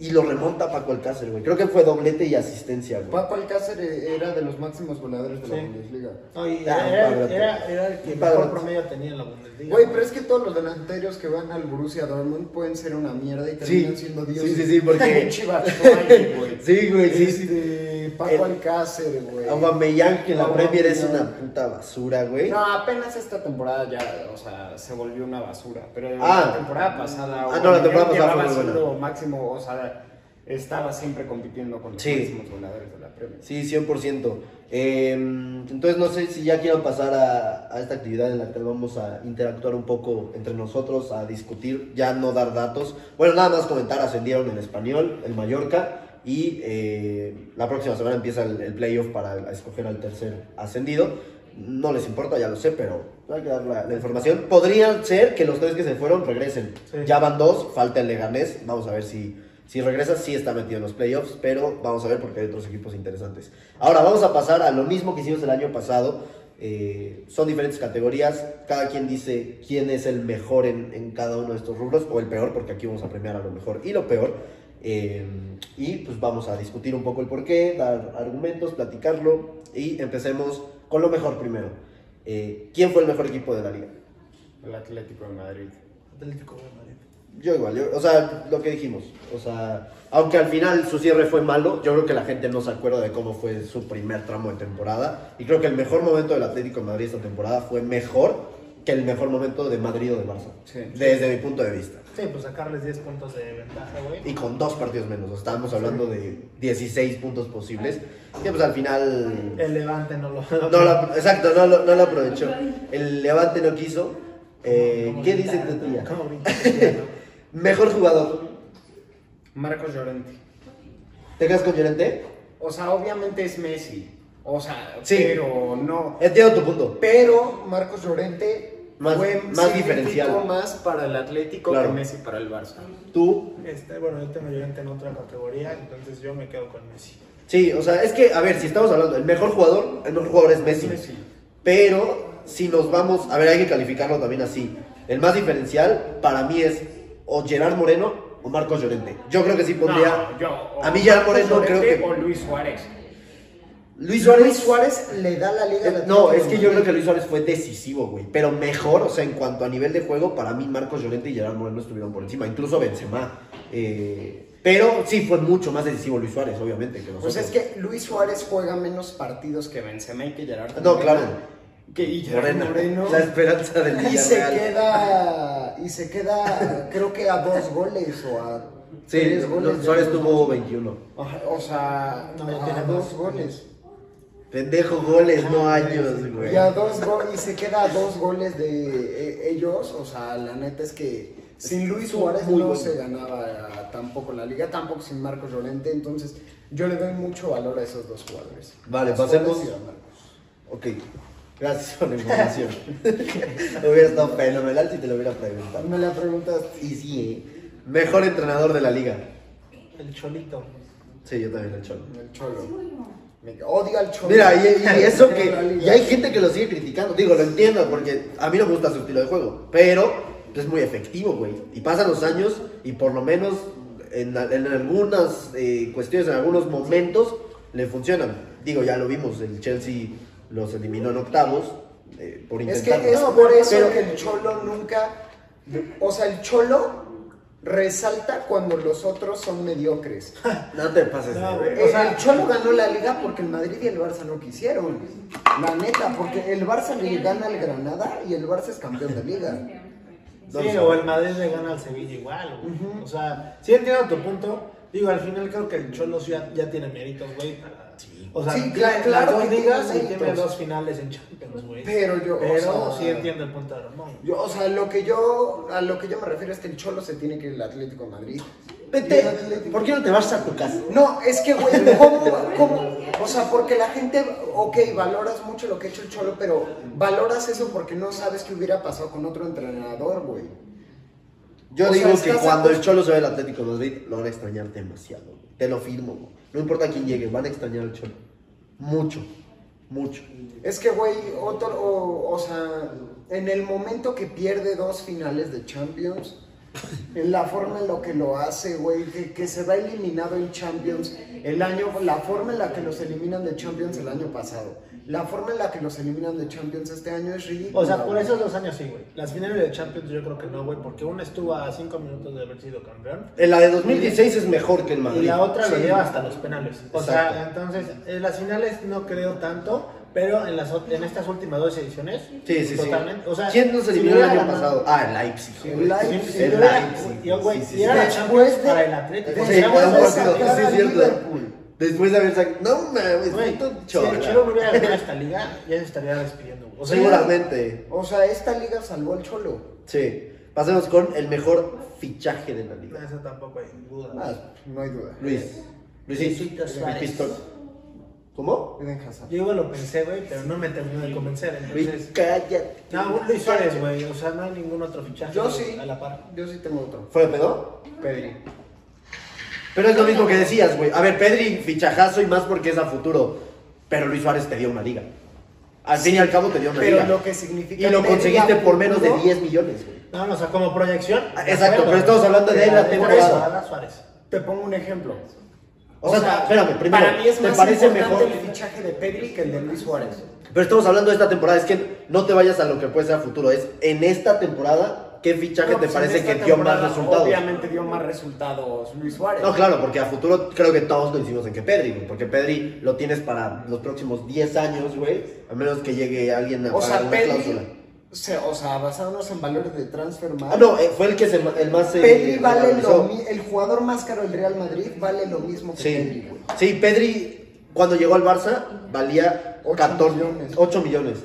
S2: Y lo remonta Paco Alcácer, güey. Creo que fue doblete y asistencia, güey.
S4: Paco Alcácer era de los máximos voladores de la
S3: Sí.
S4: Bundesliga.
S3: No, y
S2: Ah,
S3: era,
S2: padrote.
S3: era- era el que
S2: Padrote.
S3: mejor promedio tenía en la Bundesliga.
S4: Güey, pero es que todos los delanteros que van al Borussia Dortmund pueden ser una mierda y terminan siendo dioses.
S2: Sí, sí, sí, porque-
S4: Chivas, güey.
S2: Sí, güey, sí, sí.
S4: Este, Paco
S2: El-
S4: Alcácer, güey.
S2: Aubameyang que en la Premier es
S4: Aubameyang.
S2: una puta basura, güey.
S4: No, apenas esta temporada ya, o sea, se volvió una basura. Pero
S2: Ah.
S4: la temporada pasada,
S2: Ah, no, la temporada pasada fue
S4: llevaba
S2: muy buena.
S4: siendo máximo, o sea, estaba siempre compitiendo con los
S2: Sí.
S4: máximos voladores de la Premier.
S2: Sí, 100%. Eh, entonces no sé si ya quiero pasar a, a esta actividad en la que vamos a interactuar un poco entre nosotros, a discutir, ya no dar datos. Bueno, nada más comentar, ascendieron en español, el Mallorca, y eh, la próxima semana empieza el, el playoff para escoger al tercer ascendido. No les importa, ya lo sé, pero hay que dar la, la información. Podría ser que los tres que se fueron regresen.
S3: Sí.
S2: Ya van dos, falta el Leganés, vamos a ver si... Si regresa, sí está metido en los playoffs, pero vamos a ver porque hay otros equipos interesantes. Ahora vamos a pasar a lo mismo que hicimos el año pasado. Eh, son diferentes categorías. Cada quien dice quién es el mejor en, en cada uno de estos rubros o el peor, porque aquí vamos a premiar a lo mejor y lo peor. Eh, y pues vamos a discutir un poco el porqué, dar argumentos, platicarlo. Y empecemos con lo mejor primero. Eh, ¿Quién fue el mejor equipo de la liga?
S4: El Atlético de Madrid.
S3: Atlético de Madrid.
S2: Yo igual, yo- o sea, lo que dijimos. O sea, aunque al final su cierre fue malo, yo creo que la gente no se acuerda de cómo fue su primer tramo de temporada. Y creo que el mejor momento del Atlético de Madrid esta temporada fue mejor que el mejor momento de Madrid o de Barça.
S4: Sí.
S2: desde mi punto de vista.
S3: Sí, pues sacarles 10 puntos de ventaja, güey.
S2: Y con dos partidos menos. Estábamos hablando de 16 puntos posibles. Que pues al final
S3: El Levante no lo.
S2: no lo, exacto, no lo, no lo aprovechó. El Levante no quiso. Eh,
S3: Como
S2: ¿Qué
S3: ahorita,
S2: dice tu tía?
S3: como ahorita, tía, ¿no?
S2: Mejor jugador.
S4: Marcos Llorente.
S2: ¿Te quedas con Llorente?
S4: O sea, obviamente es Messi. O sea,
S2: Sí.
S4: pero no.
S2: Entiendo tu Eh, punto.
S4: Pero Marcos Llorente
S2: Más-
S4: fue
S2: más
S4: significó
S2: diferencial.
S4: más para el Atlético
S2: Claro.
S4: que Messi para el Barça.
S2: Tú,
S3: Este, bueno, yo tengo Llorente en otra categoría, entonces yo me quedo con Messi.
S2: sí, o sea, es que, a ver, si estamos hablando, el mejor jugador, el mejor jugador es Messi.
S4: Messi.
S2: Pero si nos vamos, a ver, hay que calificarlo también así. El más diferencial para mí es o Gerard Moreno o Marcos Llorente. Yo creo que sí pondría.
S4: No, yo, o
S2: a mí Gerard
S4: Marcos
S2: Moreno creo
S4: Llorente
S2: que.
S4: O Luis Suárez.
S2: Luis Suárez.
S4: le da la liga
S2: Eh, No, es que yo creo que Luis Suárez fue decisivo, güey. Pero mejor, o sea, en cuanto a nivel de juego, para mí Marcos Llorente y Gerard Moreno estuvieron por encima, incluso Benzema. Eh, pero sí fue mucho más decisivo Luis Suárez, obviamente. Que nosotros.
S4: Pues es que Luis Suárez juega menos partidos que Benzema y que Gerard.
S2: No,
S4: Moreno.
S2: claro.
S4: Que y Gerard
S2: Moreno,
S4: Moreno.
S2: La esperanza del
S4: y se
S2: Villarreal.
S4: queda y se queda creo que a dos goles o a
S2: Sí,
S4: tres goles.
S2: no,
S4: de
S2: Suárez
S4: los
S2: tuvo
S4: dos.
S2: 21.
S4: Ajá, O sea,
S3: No, ya
S4: a
S3: tiene
S4: dos
S3: más.
S4: goles.
S2: Pendejo, goles, no años, güey.
S4: Y a dos go- y se queda a dos goles de eh, ellos, o sea, la neta es que sin Luis Suárez
S2: Muy
S4: no
S2: bueno.
S4: se ganaba tampoco la liga, tampoco sin Marcos Llorente, entonces yo le doy mucho valor a esos dos jugadores.
S2: Vale,
S4: A Suárez
S2: pasemos.
S4: y a Marcos.
S2: Ok, gracias por la información. hubiera estado fenomenal si te lo hubiera preguntado.
S4: Me la preguntas,
S2: Y sí, ¿eh? Mejor entrenador de la liga.
S3: El Cholito.
S2: Sí, yo también, el Cholo.
S4: el Cholo. Me odio al Cholo.
S2: Mira, y, y eso
S4: La
S2: que.
S4: liga.
S2: Y hay gente que lo sigue criticando. Digo, lo entiendo, porque a mí no me gusta su estilo de juego. Pero es muy efectivo, güey. Y pasan los años, y por lo menos en, a- en algunas eh, cuestiones, en algunos momentos, le funcionan. Digo, ya lo vimos, el Chelsea los eliminó en octavos eh, por
S4: Es que
S2: intentar.
S4: es
S2: No,
S4: por eso
S2: pero-
S4: que el Cholo nunca. O sea, el Cholo resalta cuando los otros son mediocres.
S2: No te pases de
S3: No,
S2: ver.
S4: Eh, el Cholo ganó la liga porque el Madrid y el Barça no quisieron. La neta, porque el Barça le gana al Granada y el Barça es campeón de liga.
S2: No
S3: sí,
S2: lo
S3: o
S2: sabe.
S3: el Madrid le gana al Sevilla igual, güey. O sea, sí entiendo tu punto. Digo, al final creo que el Cholo sí ya, ya tiene méritos, güey, para,
S2: Sí,
S3: O sea,
S4: Sí,
S3: tiene
S4: cla- claro,
S3: las
S4: y
S3: dos ligas y
S4: tiene
S3: tiene
S4: méritos.
S3: dos finales en Champions, güey.
S4: Pero yo, o
S3: Pero
S4: sea,
S3: sí entiendo el punto de Ramón.
S4: Yo, o sea, lo que yo, a lo que yo me refiero es que el Cholo se tiene que ir al Atlético de Madrid. Y el
S2: Vete,
S4: Atlético-
S2: ¿por qué no te vas a tu casa?
S4: No, es que, güey, ¿cómo, cómo? O sea, porque la gente, ok, valoras mucho lo que ha hecho el Cholo, pero valoras eso porque no sabes qué hubiera pasado con otro entrenador, güey.
S2: Yo
S4: O sea,
S2: digo que
S4: estás
S2: cuando el
S4: acost-
S2: Cholo se va del Atlético de Madrid, lo van a extrañar demasiado. güey. Te lo firmo, güey. No importa quién llegue, van a extrañar al Cholo. Mucho, mucho.
S4: Es que, güey, otro, o, o sea, en el momento que pierde dos finales de Champions, en la forma en lo que lo hace, güey, que, que se va eliminado en Champions el año, la forma en la que los eliminan de Champions el año pasado, la forma en la que los eliminan de Champions este año es ridícula.
S3: O sea, por
S4: güey.
S3: esos dos años sí, güey. Las finales de Champions yo creo que no, güey, porque una estuvo a cinco minutos de haber sido campeón.
S2: En la de 2016 es mejor que el Madrid.
S3: Y la otra lo
S2: Sí.
S3: lleva hasta los penales. O sea,
S2: Exacto.
S3: entonces, en las finales no creo tanto, pero en las ot- en estas últimas dos ediciones.
S2: Sí, sí, sí.
S3: totalmente. O sea,
S2: pues, ¿Quién nos
S3: si
S2: eliminó el
S3: hubiera
S2: año pasado?
S3: ganado-
S2: Ah, el Leipzig.
S4: El
S2: güey.
S4: Leipzig.
S3: Sí, sí,
S2: El
S3: yo era-
S2: Leipzig.
S3: yo, güey,
S2: sí, sí,
S3: y era
S2: sí.
S3: la Champions
S4: Después de-
S3: para el Atlético.
S4: Después
S3: O
S2: Sí,
S3: sea,
S2: fue un
S3: vamos a
S2: partido,
S3: sacar
S2: sí,
S3: al
S2: cierto.
S4: Liverpool.
S2: Después de haber sacado. No mames,
S3: Güey,
S2: puto
S3: si el
S2: Cholo.
S3: Cholo no hubiera ganado esta liga, ya se estaría despidiendo. güey. O sea,
S2: Seguramente.
S4: O sea, esta liga salvó al Cholo.
S2: Sí. Pasemos con el mejor fichaje de la
S3: yo-
S2: liga.
S3: Eso tampoco hay
S4: Ah,
S3: duda.
S4: no hay duda.
S2: Luis.
S3: Luisito
S2: Luisito. El
S3: Suárez.
S2: pistón. ¿Cómo?
S4: Eden Hazard.
S3: Yo igual lo pensé, güey, pero no me terminó de convencer. Entonces,
S2: Luis, cállate.
S3: no, un Luis Suárez, güey. O sea, no hay ningún otro fichaje
S4: Yo sí,
S3: a la par.
S4: yo sí tengo otro.
S2: ¿Fue Pedro?
S4: Pedri.
S2: Pero es lo mismo que decías, güey. A ver, Pedri, fichajazo y más porque es a futuro. Pero Luis Suárez te dio una liga. Al fin y al cabo te dio una
S4: Pero
S2: liga.
S4: lo que significa
S2: y lo
S4: Pedri
S2: conseguiste
S4: a
S2: por menos de
S4: futuro-
S2: 10 millones, güey.
S3: No, no, o sea, como proyección.
S2: Ah,
S3: de
S2: exacto,
S3: acuerdo,
S2: pero estamos hablando de
S3: pero
S2: la
S3: por
S2: temporada.
S3: eso, Adán Suárez.
S4: Te pongo un ejemplo.
S2: O, sea, espérame, primero,
S4: para mí es
S2: ¿te
S4: más
S2: parece mejor?
S4: importante el fichaje de Pedri que el de Luis Suárez.
S2: Pero estamos hablando de esta temporada, es que no te vayas a lo que puede ser a futuro. Es en esta temporada, ¿qué fichaje
S4: No,
S2: te
S4: pues,
S2: parece
S4: en esta
S2: que dio más
S4: temporada
S2: resultados?
S4: Obviamente dio más resultados Luis Suárez.
S2: No, claro, porque a futuro creo que todos coincidimos en que Pedri, güey. Porque Pedri lo tienes para los próximos 10 años, güey. A menos que llegue alguien a
S4: o
S2: pagar
S4: sea,
S2: una cláusula.
S4: Pedri, se- o sea, basándonos en valores de transfer más.
S2: Ah, no, eh, fue el que se, ma- el más. eh,
S4: Pedri vale
S2: valorizó.
S4: lo mi- el jugador más caro del Real Madrid vale lo mismo que Pedri,
S2: Sí.
S4: güey.
S2: sí, Pedri, cuando llegó al Barça, valía
S4: Ocho
S2: 14,
S4: millones.
S2: 8 millones.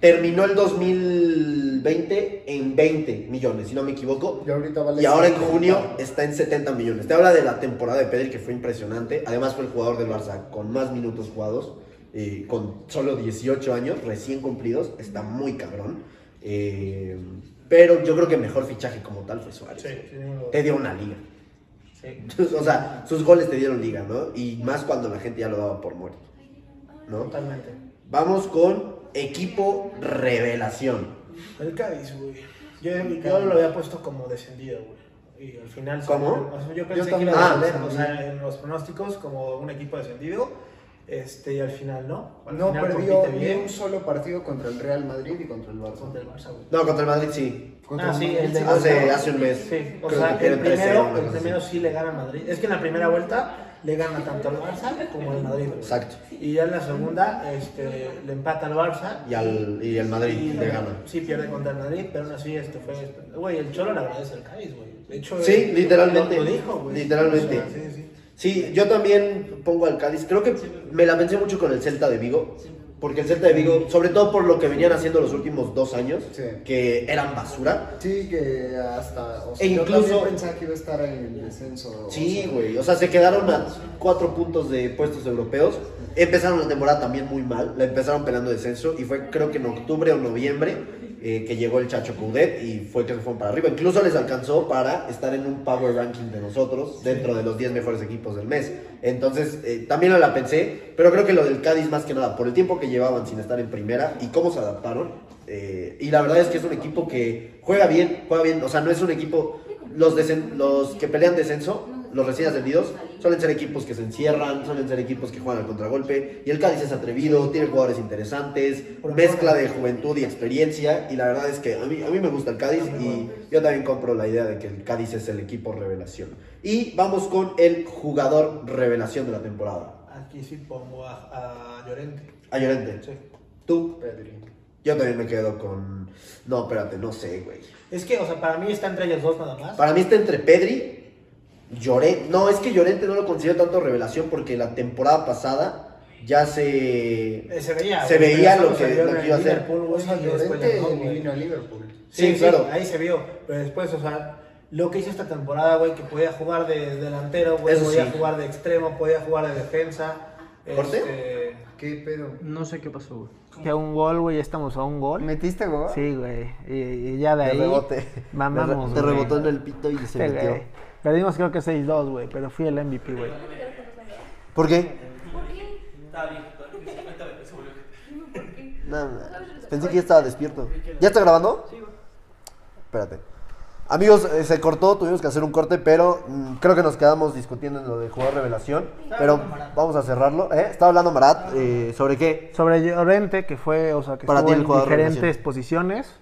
S2: Terminó el 2020 en 20 millones, si no me equivoco.
S4: Y ahorita vale
S2: Y ahora en
S4: 70.
S2: junio está en 70 millones. Te habla de la temporada de Pedri que fue impresionante. Además fue el jugador del Barça con más minutos jugados, eh, con solo 18 años recién cumplidos. Está muy cabrón. Eh, pero yo creo que el mejor fichaje como tal fue Suárez.
S3: Sí, sí, no.
S2: Te dio una liga.
S3: Sí.
S2: O sea, sus goles te dieron liga, ¿no? Y más cuando la gente ya lo daba por muerto, ¿no?
S3: Totalmente.
S2: Vamos con equipo revelación.
S3: El Cádiz, güey. Yo, yo lo había puesto como descendido, güey. Y al final.
S2: ¿Cómo?
S3: o sea, yo pensé
S4: Yo
S3: que iba
S2: también.
S3: a descender,
S4: Ah,
S3: o sea, en los pronósticos, como un equipo descendido. Este, y al final no. Al
S4: No
S3: final
S4: perdió
S3: compite
S4: ni
S3: bien
S4: un solo partido contra el Real Madrid y contra el Barça.
S3: contra el Barça, güey.
S2: No, contra el Madrid sí.
S4: Contra
S3: Ah,
S4: el
S3: sí,
S4: Madrid,
S3: el de
S2: Hace, hace un mes.
S3: Sí, o
S2: Creo
S3: sea,
S2: que
S3: el
S2: eran 13,
S3: primero,
S2: una
S3: el
S2: cosa
S3: primero
S2: así.
S3: sí le gana al Madrid. Es que en la primera vuelta le gana tanto al Barça como al Madrid. güey.
S2: Exacto.
S3: Y ya en la segunda este, le empata al Barça.
S2: Y, al, y el
S3: Y
S2: Madrid le gana.
S3: Sí, pierde contra el Madrid, pero aún así este fue. Güey, el Cholo le agradece al Cádiz, güey. De hecho,
S2: Sí,
S3: él-
S2: literalmente,
S3: Lo dijo, güey.
S2: literalmente.
S3: O sea, sí, sí.
S2: Sí, yo también pongo al Cádiz. Creo que me la pensé mucho con el Celta de Vigo. Porque el Celta de Vigo, sobre todo por lo que venían haciendo los últimos dos años,
S4: Sí.
S2: que eran basura.
S4: Sí, que hasta. O sea,
S2: E
S4: yo
S2: incluso-
S4: también pensaba que iba a estar en el descenso. o
S2: Sí,
S4: sea,
S2: güey. O sea, se quedaron a cuatro puntos de puestos europeos. Empezaron la temporada también muy mal. La empezaron peleando descenso. Y fue, creo que en octubre o noviembre, eh, que llegó el Chacho Coudet. Y fue que se fueron para arriba. Incluso les alcanzó para estar en un power ranking de nosotros. Dentro de los 10 mejores equipos del mes. Entonces, eh, también la pensé. Pero creo que lo del Cádiz, más que nada, por el tiempo que llevaban sin estar en primera y cómo se adaptaron. Eh, y la verdad es que es un equipo que juega bien, juega bien. O sea, no es un equipo. Los, desen- los que pelean descenso, los recién ascendidos, suelen ser equipos que se encierran, suelen ser equipos que juegan al contragolpe. Y el Cádiz es atrevido, tiene jugadores interesantes, mezcla de juventud y experiencia. Y la verdad es que a mí, a mí me gusta el Cádiz y yo también compro la idea de que el Cádiz es el equipo revelación. Y vamos con el jugador revelación de la temporada.
S3: Aquí sí pongo a, a Llorente.
S2: A Llorente.
S3: Sí.
S2: Tú,
S4: Pedri.
S2: yo también me quedo con. No, espérate, no sé, güey.
S3: Es que, o sea, para mí está entre ellos dos nada más.
S2: Para mí está entre Pedri, Llorente. No, es que Llorente no lo considero tanto revelación porque la temporada pasada
S6: ya se...
S3: Eh,
S7: Se veía.
S6: Se
S7: güey,
S6: veía lo
S7: pero eso
S6: que-
S7: salió
S6: lo
S7: en
S6: que iba a hacer.
S7: Liverpool,
S8: O
S7: güey,
S8: sea,
S7: y después
S8: Llorente
S7: ya no,
S8: ni
S7: güey.
S8: vino a Liverpool.
S7: Sí,
S6: Sí, claro.
S7: claro. ahí se vio. Pero después, o sea, lo que hizo esta temporada, güey, que podía jugar de delantero, güey,
S6: Eso
S7: podía
S6: sí.
S7: jugar de extremo, podía jugar de defensa.
S6: ¿Corte?
S7: este,
S8: ¿Qué pedo?
S3: No sé qué pasó, güey. Que a un gol, güey, ya estamos a un gol.
S2: ¿Metiste, güey?
S3: Sí, güey. Y, y ya de
S2: De
S3: ahí.
S2: rebote.
S3: Mamamos,
S2: Te
S3: güey.
S2: rebotó en el pito y se
S3: Este,
S2: metió.
S3: güey. Perdimos creo que 6-2, güey, pero fui el MVP, güey.
S2: ¿Por qué? No, no, Pensé que ya estaba despierto. ¿Ya está grabando? Sí, Espérate. Amigos, eh, se cortó, tuvimos que hacer un corte, pero mm, creo que nos quedamos discutiendo en lo de jugador revelación. Pero vamos a cerrarlo. ¿eh? Estaba hablando Marat eh, sobre qué.
S3: Sobre Llorente, que fue, o sea, que
S2: Para ti
S3: estuvo
S2: el
S3: en
S2: jugador
S3: diferentes
S2: revelación.
S3: posiciones.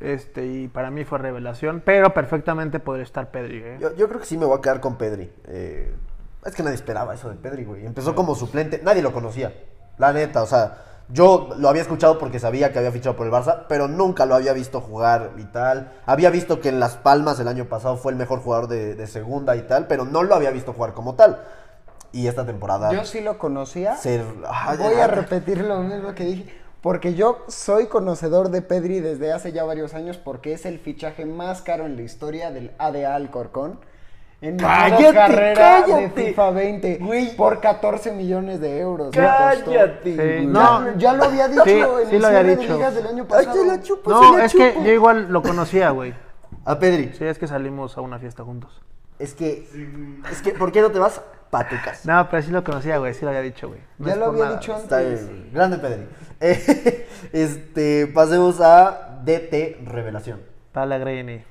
S3: Este, y para mí fue revelación, pero perfectamente podría estar Pedri, ¿eh?
S2: Yo, yo creo que sí me voy a quedar con Pedri. Eh, es que nadie esperaba eso de Pedri, güey. Empezó como suplente, nadie lo conocía. La neta, o sea, yo lo había escuchado porque sabía que había fichado por el Barça, pero nunca lo había visto jugar y tal. Había visto que en Las Palmas el año pasado fue el mejor jugador de, de segunda y tal, pero no lo había visto jugar como tal. Y esta temporada... Yo sí lo conocía.
S4: ser-
S2: Ay,
S4: Voy a
S2: ay,
S4: repetir lo mismo que dije, porque yo soy conocedor de Pedri desde hace ya varios años, porque es el fichaje más caro en la historia del ADA Alcorcón. En mi nueva
S2: ¡Cállate,
S4: carrera de
S2: cállate!
S4: FIFA 20
S2: Güey.
S4: por 14 millones de euros. me costó.
S2: Cállate,
S3: Sí,
S2: güey.
S3: no.
S4: Ya, ya lo había dicho
S3: Sí,
S4: en
S3: sí
S4: el
S3: lo había
S4: cierre de
S3: dicho.
S4: ligas del año
S2: Ay,
S4: pasado.
S2: se la chupo, se
S3: No,
S2: la
S3: es que
S2: pues, chupo.
S3: yo igual lo conocía, güey.
S2: A Pedri.
S3: Sí, es que salimos a una fiesta juntos.
S2: Es que... Es que, ¿por qué no te vas pa' tu casa?
S3: No, pero sí lo conocía, güey, sí lo había dicho, güey. No
S4: Ya
S3: es
S4: lo
S3: por
S4: había
S3: nada,
S4: dicho
S3: güey.
S2: Está
S4: antes.
S2: bien, grande Pedri. Eh, este, pasemos a DT Revelación.
S3: Pellegrini.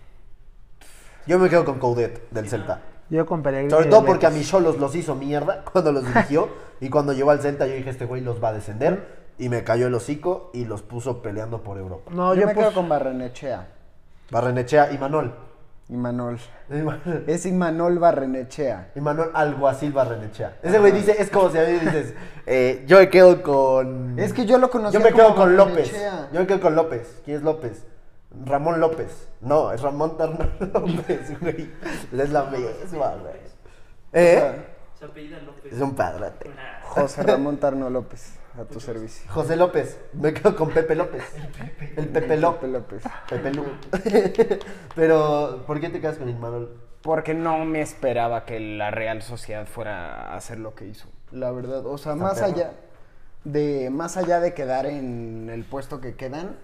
S2: Yo me quedo con Coudet del Celta.
S3: Yo con Pellegrini.
S2: Sobre todo
S3: de
S2: porque a
S3: Betis.
S2: mis Cholos los hizo mierda cuando los dirigió. y cuando llegó al Celta yo dije, este güey los va a descender. Y me cayó el hocico y los puso peleando por Europa.
S3: No,
S4: yo,
S3: yo,
S4: me
S3: puse-
S2: pues
S4: quedo con Barrenechea
S2: Barrenechea y Manol.
S4: y Manol.
S2: Y
S4: Es Imanol Barrenechea.
S2: Manol Alguacil Barrenechea. Ese güey dice, es como si a mí dices, eh, yo me quedo con...
S4: Es que yo lo
S2: Yo
S4: conocía
S2: me
S4: como
S2: quedo con López.
S4: Barrenechea.
S2: Yo me quedo con López. ¿Quién es López? Ramón López. No, es Ramón Terno López, güey. Es la misma, güey. ¿Eh? Es un padrote.
S4: José Ramón Tarno López, a tu servicio.
S2: José López. Me quedo con Pepe López. El Pepe
S4: Pepe
S2: López.
S4: López.
S2: Pepe Lu. Pero, ¿por qué te quedas con Imanol?
S9: Porque no me esperaba que la Real Sociedad fuera a hacer lo que hizo.
S4: La verdad, o sea, más
S2: perro.
S4: allá de más allá de quedar en el puesto que quedan,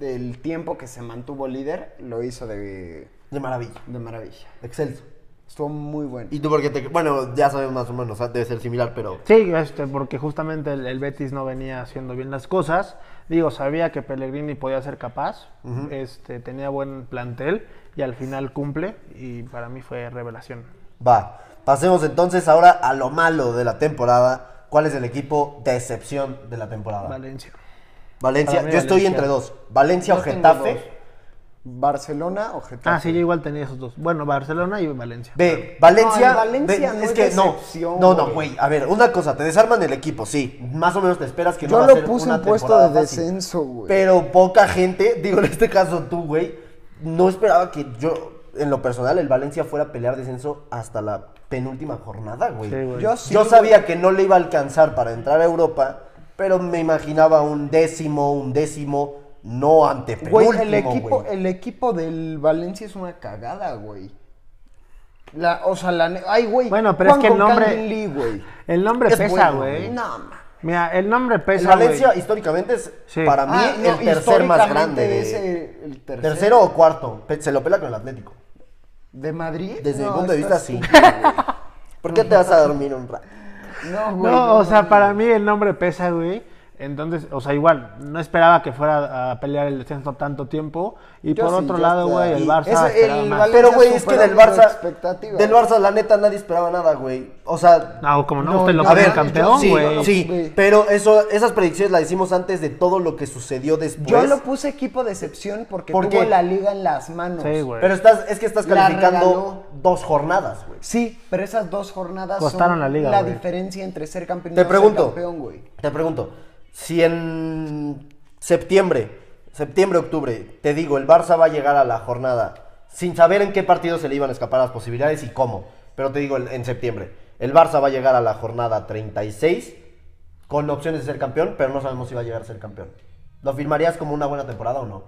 S4: el tiempo que se mantuvo líder lo hizo de,
S2: De maravilla.
S4: de maravilla.
S2: Excelso.
S4: Estuvo muy bueno.
S2: ¿Y tú por qué te.? Bueno, ya sabemos más o menos, o sea, debe ser similar, pero.
S3: Sí, este, porque justamente el, el Betis no venía haciendo bien las cosas. Digo, sabía que Pellegrini podía ser capaz, este, tenía buen plantel y al final cumple y para mí fue revelación.
S2: Va, pasemos entonces ahora a lo malo de la temporada. ¿Cuál es el equipo decepción de la temporada?
S3: Valencia.
S2: Valencia,
S3: Para mí
S2: yo estoy
S3: Valencia.
S2: entre dos. Valencia o
S4: Yo tengo dos.
S2: Getafe.
S4: Barcelona o Getafe.
S3: Ah, sí, yo igual tenía esos dos. Bueno, Barcelona y Valencia.
S2: Ve, Valencia.
S4: No, el Valencia
S2: ve,
S4: no
S2: es
S4: es
S2: que no.
S4: decepción,
S2: No, no,
S4: güey.
S2: güey. A ver, una cosa, te desarman el equipo, sí. Más o menos te esperas que no
S4: Yo
S2: va a
S4: lo
S2: ser
S4: puse
S2: una
S4: en puesto
S2: temporada
S4: de
S2: fácil.
S4: descenso,
S3: Pues.
S4: güey.
S2: Pero poca gente, digo en este caso tú, güey, no esperaba que yo, en lo personal, el Valencia fuera a pelear descenso hasta la penúltima jornada, güey.
S3: Sí, güey.
S2: yo sí, yo sabía que no le iba a alcanzar para entrar a Europa, pero me imaginaba un décimo, un décimo, no ante
S4: Güey,
S2: penúltimo,
S4: el equipo,
S2: güey.
S4: el equipo del Valencia es una cagada, güey. La, o sea, la ne- ay, güey.
S3: Bueno, pero es
S4: Juan
S3: que el
S4: con
S3: nombre-
S4: Calvin Lee, güey.
S3: El nombre
S2: Es
S3: pesa,
S2: bueno,
S3: güey.
S4: No, ma.
S3: Mira, el nombre
S2: El
S3: pesa, güey.
S2: Valencia históricamente es
S3: Sí.
S2: para mí
S4: Ah, no,
S2: el tercer más
S4: históricamente
S2: grande. de-
S4: es el, el tercero.
S2: ¿Tercero o cuarto? Pe- Se lo pela con el Atlético.
S4: ¿De Madrid?
S2: Desde mi
S4: No,
S2: punto de vista,
S4: estás
S2: sí.
S4: estúpido, güey.
S2: ¿Por qué te vas a dormir un rato?
S4: No, güey.
S3: No, o sea,
S4: mames.
S3: para mí el nombre pesa, güey. Entonces, o sea, igual, no esperaba que fuera a pelear el descenso tanto tiempo. Y
S4: Yo
S3: por
S4: sí,
S3: otro
S4: yo
S3: lado,
S4: estaba-
S3: güey, el
S4: y
S3: Barça
S4: ese-
S3: esperaba
S4: el
S3: más.
S4: Vale-
S2: Pero,
S4: ya
S2: güey, es que del
S4: superó mis
S2: Barça.
S4: expectativas.
S2: Del Barça, la neta, nadie esperaba nada, güey. O sea.
S3: No, como no,
S4: No,
S3: usted lo
S4: yo-
S2: a
S3: pone el
S2: ver,
S3: campeón,
S2: sí,
S3: güey.
S2: sí,
S4: güey.
S2: pero eso, esas predicciones las hicimos antes de todo lo que sucedió después.
S4: Yo lo puse equipo de excepción porque
S2: ¿Por
S4: tuvo
S2: qué?
S4: la liga en las manos.
S3: Sí, güey.
S2: Pero estás, es que estás
S4: La
S2: calificando
S4: regaló.
S2: dos jornadas, güey.
S4: Sí, pero esas dos jornadas
S3: Costaron
S4: son
S3: la liga, güey.
S4: diferencia entre ser campeón y
S2: Te
S4: no
S2: pregunto.
S4: ser campeón, güey.
S2: Te pregunto, si en septiembre, septiembre, octubre, te digo, el Barça va a llegar a la jornada sin saber en qué partido se le iban a escapar las posibilidades y cómo, pero te digo el- en septiembre, el Barça va a llegar a la jornada 36 con opciones de ser campeón, pero no sabemos si va a llegar a ser campeón. ¿Lo firmarías como una buena temporada o no?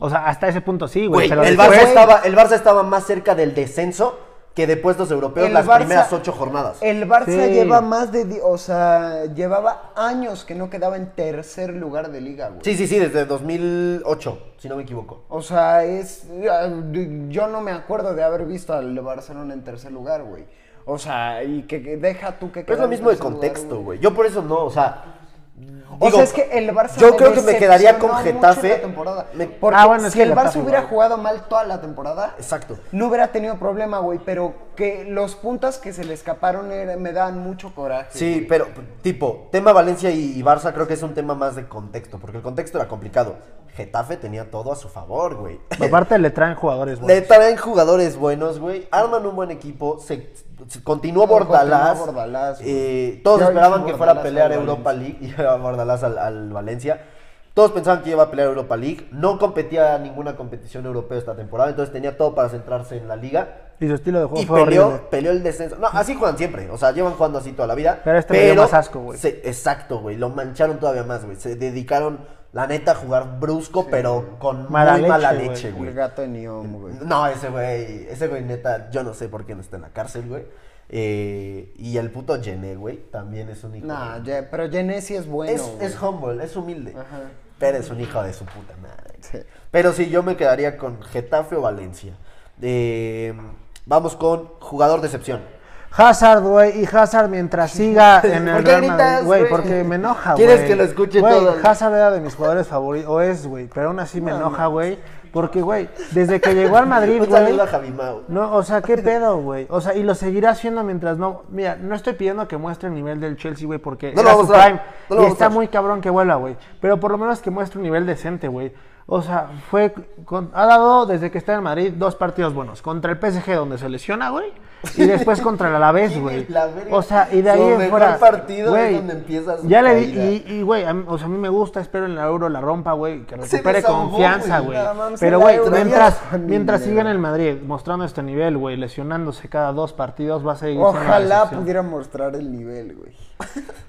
S3: O sea, hasta ese punto sí, güey. pero
S2: el,
S3: después-
S2: Barça estaba, el Barça estaba más cerca del descenso que de puestos europeos
S4: El
S2: las
S4: Barça-
S2: primeras ocho jornadas.
S4: El Barça
S3: Sí.
S4: lleva más de. di- O sea, llevaba años que no quedaba en tercer lugar de liga, güey.
S2: Sí, sí, sí, desde 2008, si no me equivoco.
S4: O sea, es. Yo no me acuerdo de haber visto al Barcelona en tercer lugar, güey. O sea, y que, que deja tú
S2: Pero
S4: que
S2: es
S4: quedara
S2: lo
S4: en
S2: mismo de
S4: tercer lugar,
S2: contexto, güey. Yo por eso no, o sea...
S4: O
S2: digo,
S4: sea, es que el Barça.
S2: Yo creo que me quedaría con
S4: decepcionó mucho
S2: Getafe.
S4: la temporada.
S2: Me-
S4: Porque
S3: Ah, bueno, es
S4: si
S3: que
S4: el
S3: Getafe
S4: Barça hubiera
S3: igual.
S4: jugado mal toda la temporada,
S2: Exacto.
S4: no hubiera tenido problema, güey. Pero que los puntas que se le escaparon era- me dan mucho coraje.
S2: Sí, pero tipo, tema Valencia y, y Barça creo que es un tema más de contexto, porque el contexto era complicado. Getafe tenía todo a su favor, güey.
S3: Aparte le traen jugadores,
S2: Le
S3: güey.
S2: traen jugadores buenos, güey. Arman un buen equipo. Se, se- continuó
S4: No, continuó
S2: Bordalás.
S4: Bordalás, güey.
S2: eh, todos
S4: Ya
S2: esperaban
S4: hizo
S2: que fuera a
S4: Bordalás
S2: pelear
S4: al
S2: Europa League. Y a Bordalás al, al Valencia. Todos pensaban que iba a pelear Europa League. No competía ninguna competición europea esta temporada. Entonces tenía todo para centrarse en la liga.
S3: Y su estilo de juego
S2: Y
S3: fue horrible.
S2: peleó, peleó el descenso. No, así juegan siempre. O sea, llevan jugando así toda la vida.
S3: Pero este me dio más asco, güey.
S2: se- Exacto, güey. Lo mancharon todavía más, güey. Se dedicaron, la neta, a jugar brusco, pero con
S3: Mala
S2: muy mala
S3: leche,
S2: leche,
S4: El
S2: güey.
S4: gato de Neom, güey.
S2: No, ese güey, ese güey, neta, yo no sé por qué no está en la cárcel, güey. Eh, y el puto Gené, güey, también es un hijo.
S4: Nah,
S2: de-
S4: ya- pero Genesi es bueno.
S2: es,
S4: güey.
S2: es humble, es humilde.
S4: Ajá.
S2: Pero es un hijo de su puta madre.
S4: Sí.
S2: Pero sí, yo me quedaría con Getafe o Valencia. Eh, vamos con jugador de excepción.
S3: Hazard, güey, y Hazard mientras siga en el
S2: ¿Por qué
S3: Real
S2: gritas,
S3: Madrid, güey,
S2: güey?
S3: porque me enoja, güey.
S2: ¿Quieres que lo escuche
S3: Güey,
S2: todo?
S3: Hazard era de mis jugadores favoritos, o es, güey, pero aún así me enoja, güey, porque, güey, desde que llegó al Madrid,
S2: Un
S3: güey,
S2: saludo a Javi Mau.
S3: no, o sea, qué pedo, güey, o sea, y lo seguirá haciendo mientras no, mira, no estoy pidiendo que muestre el nivel del Chelsea, güey, porque
S2: No lo
S3: era
S2: va a
S3: su
S2: mostrar,
S3: prime,
S2: no lo va
S3: y
S2: a
S3: está
S2: mostrar.
S3: muy cabrón que vuela, güey, pero por lo menos que muestre un nivel decente, güey. O sea, fue con- ha dado desde que está en Madrid dos partidos buenos. Contra el PSG donde se lesiona, güey. Y después contra el Alavés, güey.
S2: La verga.
S3: O sea, y de ahí
S2: Su
S3: en
S2: mejor
S3: fuera,
S2: partido es
S3: güey,
S2: donde empieza su
S3: ya le di-
S2: caída.
S3: y- y güey, a mí- o sea, a mí me gusta, espero en la Euro la rompa, güey, que
S2: Se
S3: recupere
S2: desahogó,
S3: confianza,
S2: güey.
S3: güey.
S2: Nada más
S3: Pero
S2: en la
S3: güey,
S2: Euro.
S3: mientras
S2: Traía-
S3: mientras siga en el Madrid mostrando este nivel, güey, lesionándose cada dos partidos va a seguir siendo la
S4: Ojalá
S3: decepción.
S4: pudiera mostrar el nivel, güey.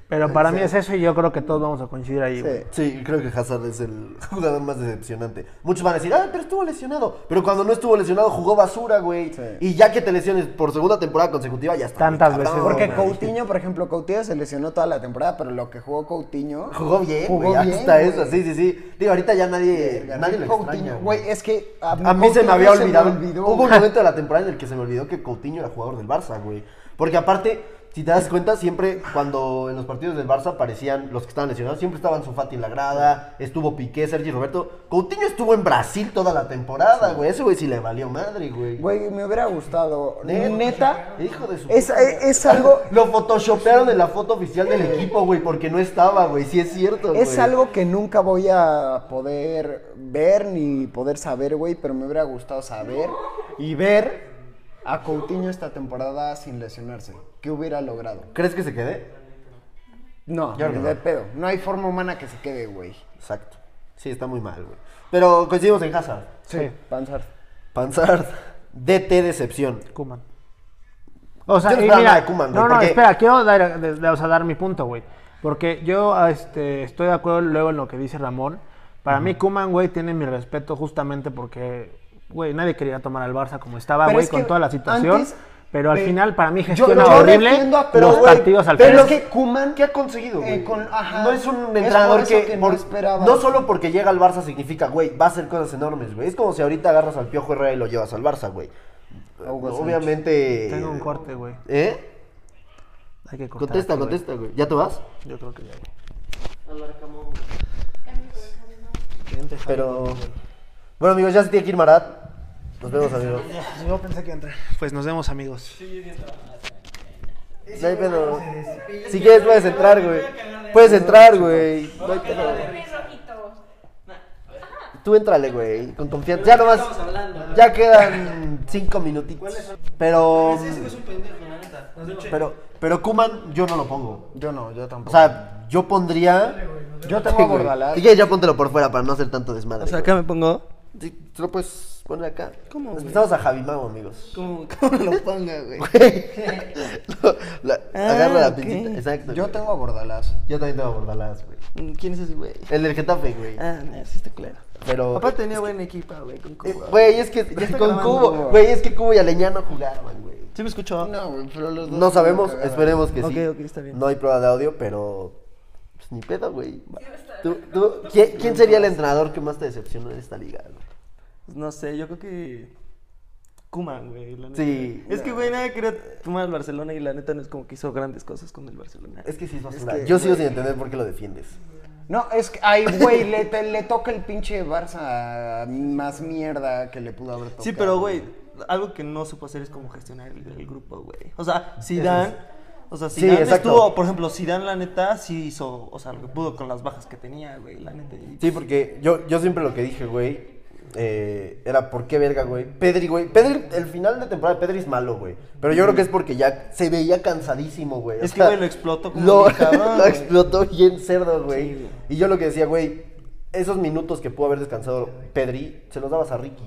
S3: Pero para mí es eso y yo creo que todos vamos a coincidir ahí, güey.
S4: Sí.
S2: Sí, creo que Hazard es el jugador más decepcionante. Muchos van a decir, ah, pero estuvo lesionado. Pero cuando no estuvo lesionado jugó basura, güey.
S4: Sí.
S2: Y ya que te lesiones por segunda temporada consecutiva, ya está. muy
S3: Tantas
S2: cabrón,
S3: veces,
S4: Porque
S2: güey.
S4: Coutinho, por ejemplo, Coutinho se lesionó toda la temporada, pero lo que jugó Coutinho.
S2: Jugó bien,
S4: Jugó
S2: güey.
S4: bien,
S2: Hasta
S4: güey.
S2: eso, sí, sí, sí. Digo, ahorita ya nadie,
S4: Verga,
S2: nadie lo
S4: Coutinho,
S2: extraña,
S4: Güey, es que.
S2: A mí se me
S4: Coutinho
S2: había olvidado.
S4: olvidó,
S2: Hubo un
S4: güey.
S2: momento de la temporada en el que se me olvidó que Coutinho era jugador del Barça, güey. Porque aparte, si te das cuenta, siempre cuando en los partidos del Barça aparecían los que estaban lesionados, siempre estaban Sufati en la grada, estuvo Piqué, Sergi Roberto. Coutinho estuvo en Brasil toda la temporada, güey. Ese güey sí le valió madre, güey.
S4: Güey, me hubiera gustado.
S2: Neta.
S4: Neta.
S2: Hijo de su
S4: Es,
S2: puta
S4: es- es algo.
S2: Lo photoshopearon en la foto oficial del equipo, güey, porque no estaba, güey. Sí es cierto, güey.
S4: Es algo que nunca voy a poder ver ni poder saber, güey, pero me hubiera gustado saber y ver a Coutinho esta temporada sin lesionarse. ¿Qué hubiera logrado?
S2: ¿Crees que se quede?
S4: No,
S2: Yo creo que
S4: de
S2: no.
S4: pedo. No hay forma humana que se quede, güey.
S2: Exacto. Sí, está muy mal, güey. Pero coincidimos en casa.
S4: Sí, Panzar.
S2: Panzard, DT decepción.
S3: Kuman. O sea,
S2: Yo no
S3: y
S2: esperaba
S3: mira,
S2: nada de Koeman, güey,
S3: no, no,
S2: porque-
S3: espera, quiero dar, de- de- o sea, dar mi punto, güey. Porque yo ah, este, estoy de acuerdo luego en lo que dice Ramón. Para mí, Kuman, güey, tiene mi respeto justamente porque, güey, nadie quería tomar al Barça como estaba,
S4: Pero
S3: güey,
S4: es
S3: con
S4: que
S3: toda la situación.
S4: antes-
S3: pero al
S4: ve-
S3: final, para mí,
S4: yo-
S3: gestiona
S4: yo no
S3: horrible
S4: entiendo a-
S3: los
S2: güey,
S3: partidos al
S2: pero
S3: final.
S2: es que
S4: Koeman-
S2: ¿Qué ha conseguido, güey?
S4: Eh, con- ajá.
S2: no es un
S4: Es
S2: entrenador
S4: por eso
S2: que,
S4: que no
S2: por-
S4: esperaba.
S2: no solo porque llega al Barça significa, güey, va a hacer cosas enormes, güey. Es como si ahorita agarras al Piojo Herrera y lo llevas al Barça, güey.
S4: Hugo Sánchez.
S2: Obviamente.
S3: Tengo un corte, güey.
S2: ¿Eh?
S3: Hay que cortar
S2: Contesta,
S3: aquí, güey.
S2: contesta, güey. ¿Ya te vas?
S3: Yo creo que ya, güey.
S2: Pero. Bueno, amigos, ya se tiene que ir Marat. Nos vemos, amigos.
S3: Yo pensé que entré. Pues nos vemos, amigos.
S2: No hay pedo. Si quieres, puedes entrar, güey. Puedes entrar, güey. No hay pedo. Tú entrale, güey, con confianza. Ya nomás. Ya quedan cinco minutitos. Pero. Pero, pero Kuman, yo no lo pongo.
S4: Yo no, yo
S2: O
S4: tampoco.
S2: sea, yo pondría.
S4: yo tengo a Bordalás.
S2: Si quieres, ya póntelo por fuera para no hacer tanto desmadre.
S10: O sea, acá me pongo.
S2: güey. Sí, Solo pues. ponle acá.
S11: ¿Cómo,
S2: Nos
S11: güey?
S2: Empezamos a Javimao, amigos.
S11: ¿Cómo, cómo lo ponga, güey?
S2: Lo- la-
S11: Ah,
S2: agarra la
S11: ok.
S2: pintita. Exacto.
S4: Yo
S2: güey.
S4: tengo a Bordalás.
S2: Yo también tengo bordaladas, güey.
S11: ¿Quién es ese güey?
S4: Eh,
S2: El del Getafe, güey.
S11: Ah, no, sí está claro.
S2: Pero.
S11: Papá tenía buen equipo, güey, con
S2: Eh,
S11: Cuba.
S2: Güey, es que
S4: está
S2: con
S4: grabando,
S2: Cubo,
S4: güey.
S2: güey, es que Cubo y Aleñano jugaban, güey.
S11: ¿Sí me escuchó?
S4: No, güey, pero los dos.
S2: No sabemos,
S4: cagadas.
S2: esperemos que
S11: Ok,
S2: sí.
S11: ok, está bien.
S2: No hay prueba de audio, pero pues, ni pedo, güey. Tú- tú- ¿quién, quién sería el entrenador que más te decepcionó en esta liga? güey?
S11: Pues No sé, yo creo que. Kuman, güey. la neta.
S2: Sí.
S11: Es que, güey, nada quería tomar al Barcelona y la neta no es como que hizo grandes cosas con el Barcelona.
S2: Es que sí es basura.
S4: que,
S2: Yo sigo sin entender por qué lo defiendes.
S4: No, es que, ay, güey, le, te- le toca el pinche Barça más mierda que le pudo haber tocado.
S11: Sí, pero, güey, algo que no supo hacer es como gestionar el, el grupo, güey. O sea, Zidane, o sea,
S2: Sí,
S11: Zidane
S2: exacto.
S11: estuvo, por ejemplo, Zidane, la neta, sí hizo, o sea, lo que pudo con las bajas que tenía, güey, la neta. y-
S2: Sí, porque yo, yo siempre lo que dije, güey, eh, era por qué verga, güey. Pedri, güey. Pedri, el final de temporada de Pedri es malo, güey. Pero yo creo que es porque ya se veía cansadísimo, güey. O
S11: Es que,
S2: sea,
S11: güey, lo explotó como
S2: Lo,
S11: un cabrón,
S2: lo
S11: güey.
S2: explotó bien cerdo, güey.
S11: Sí, güey.
S2: y yo lo que decía, güey, esos minutos que pudo haber descansado Pedri, se los dabas a Ricky.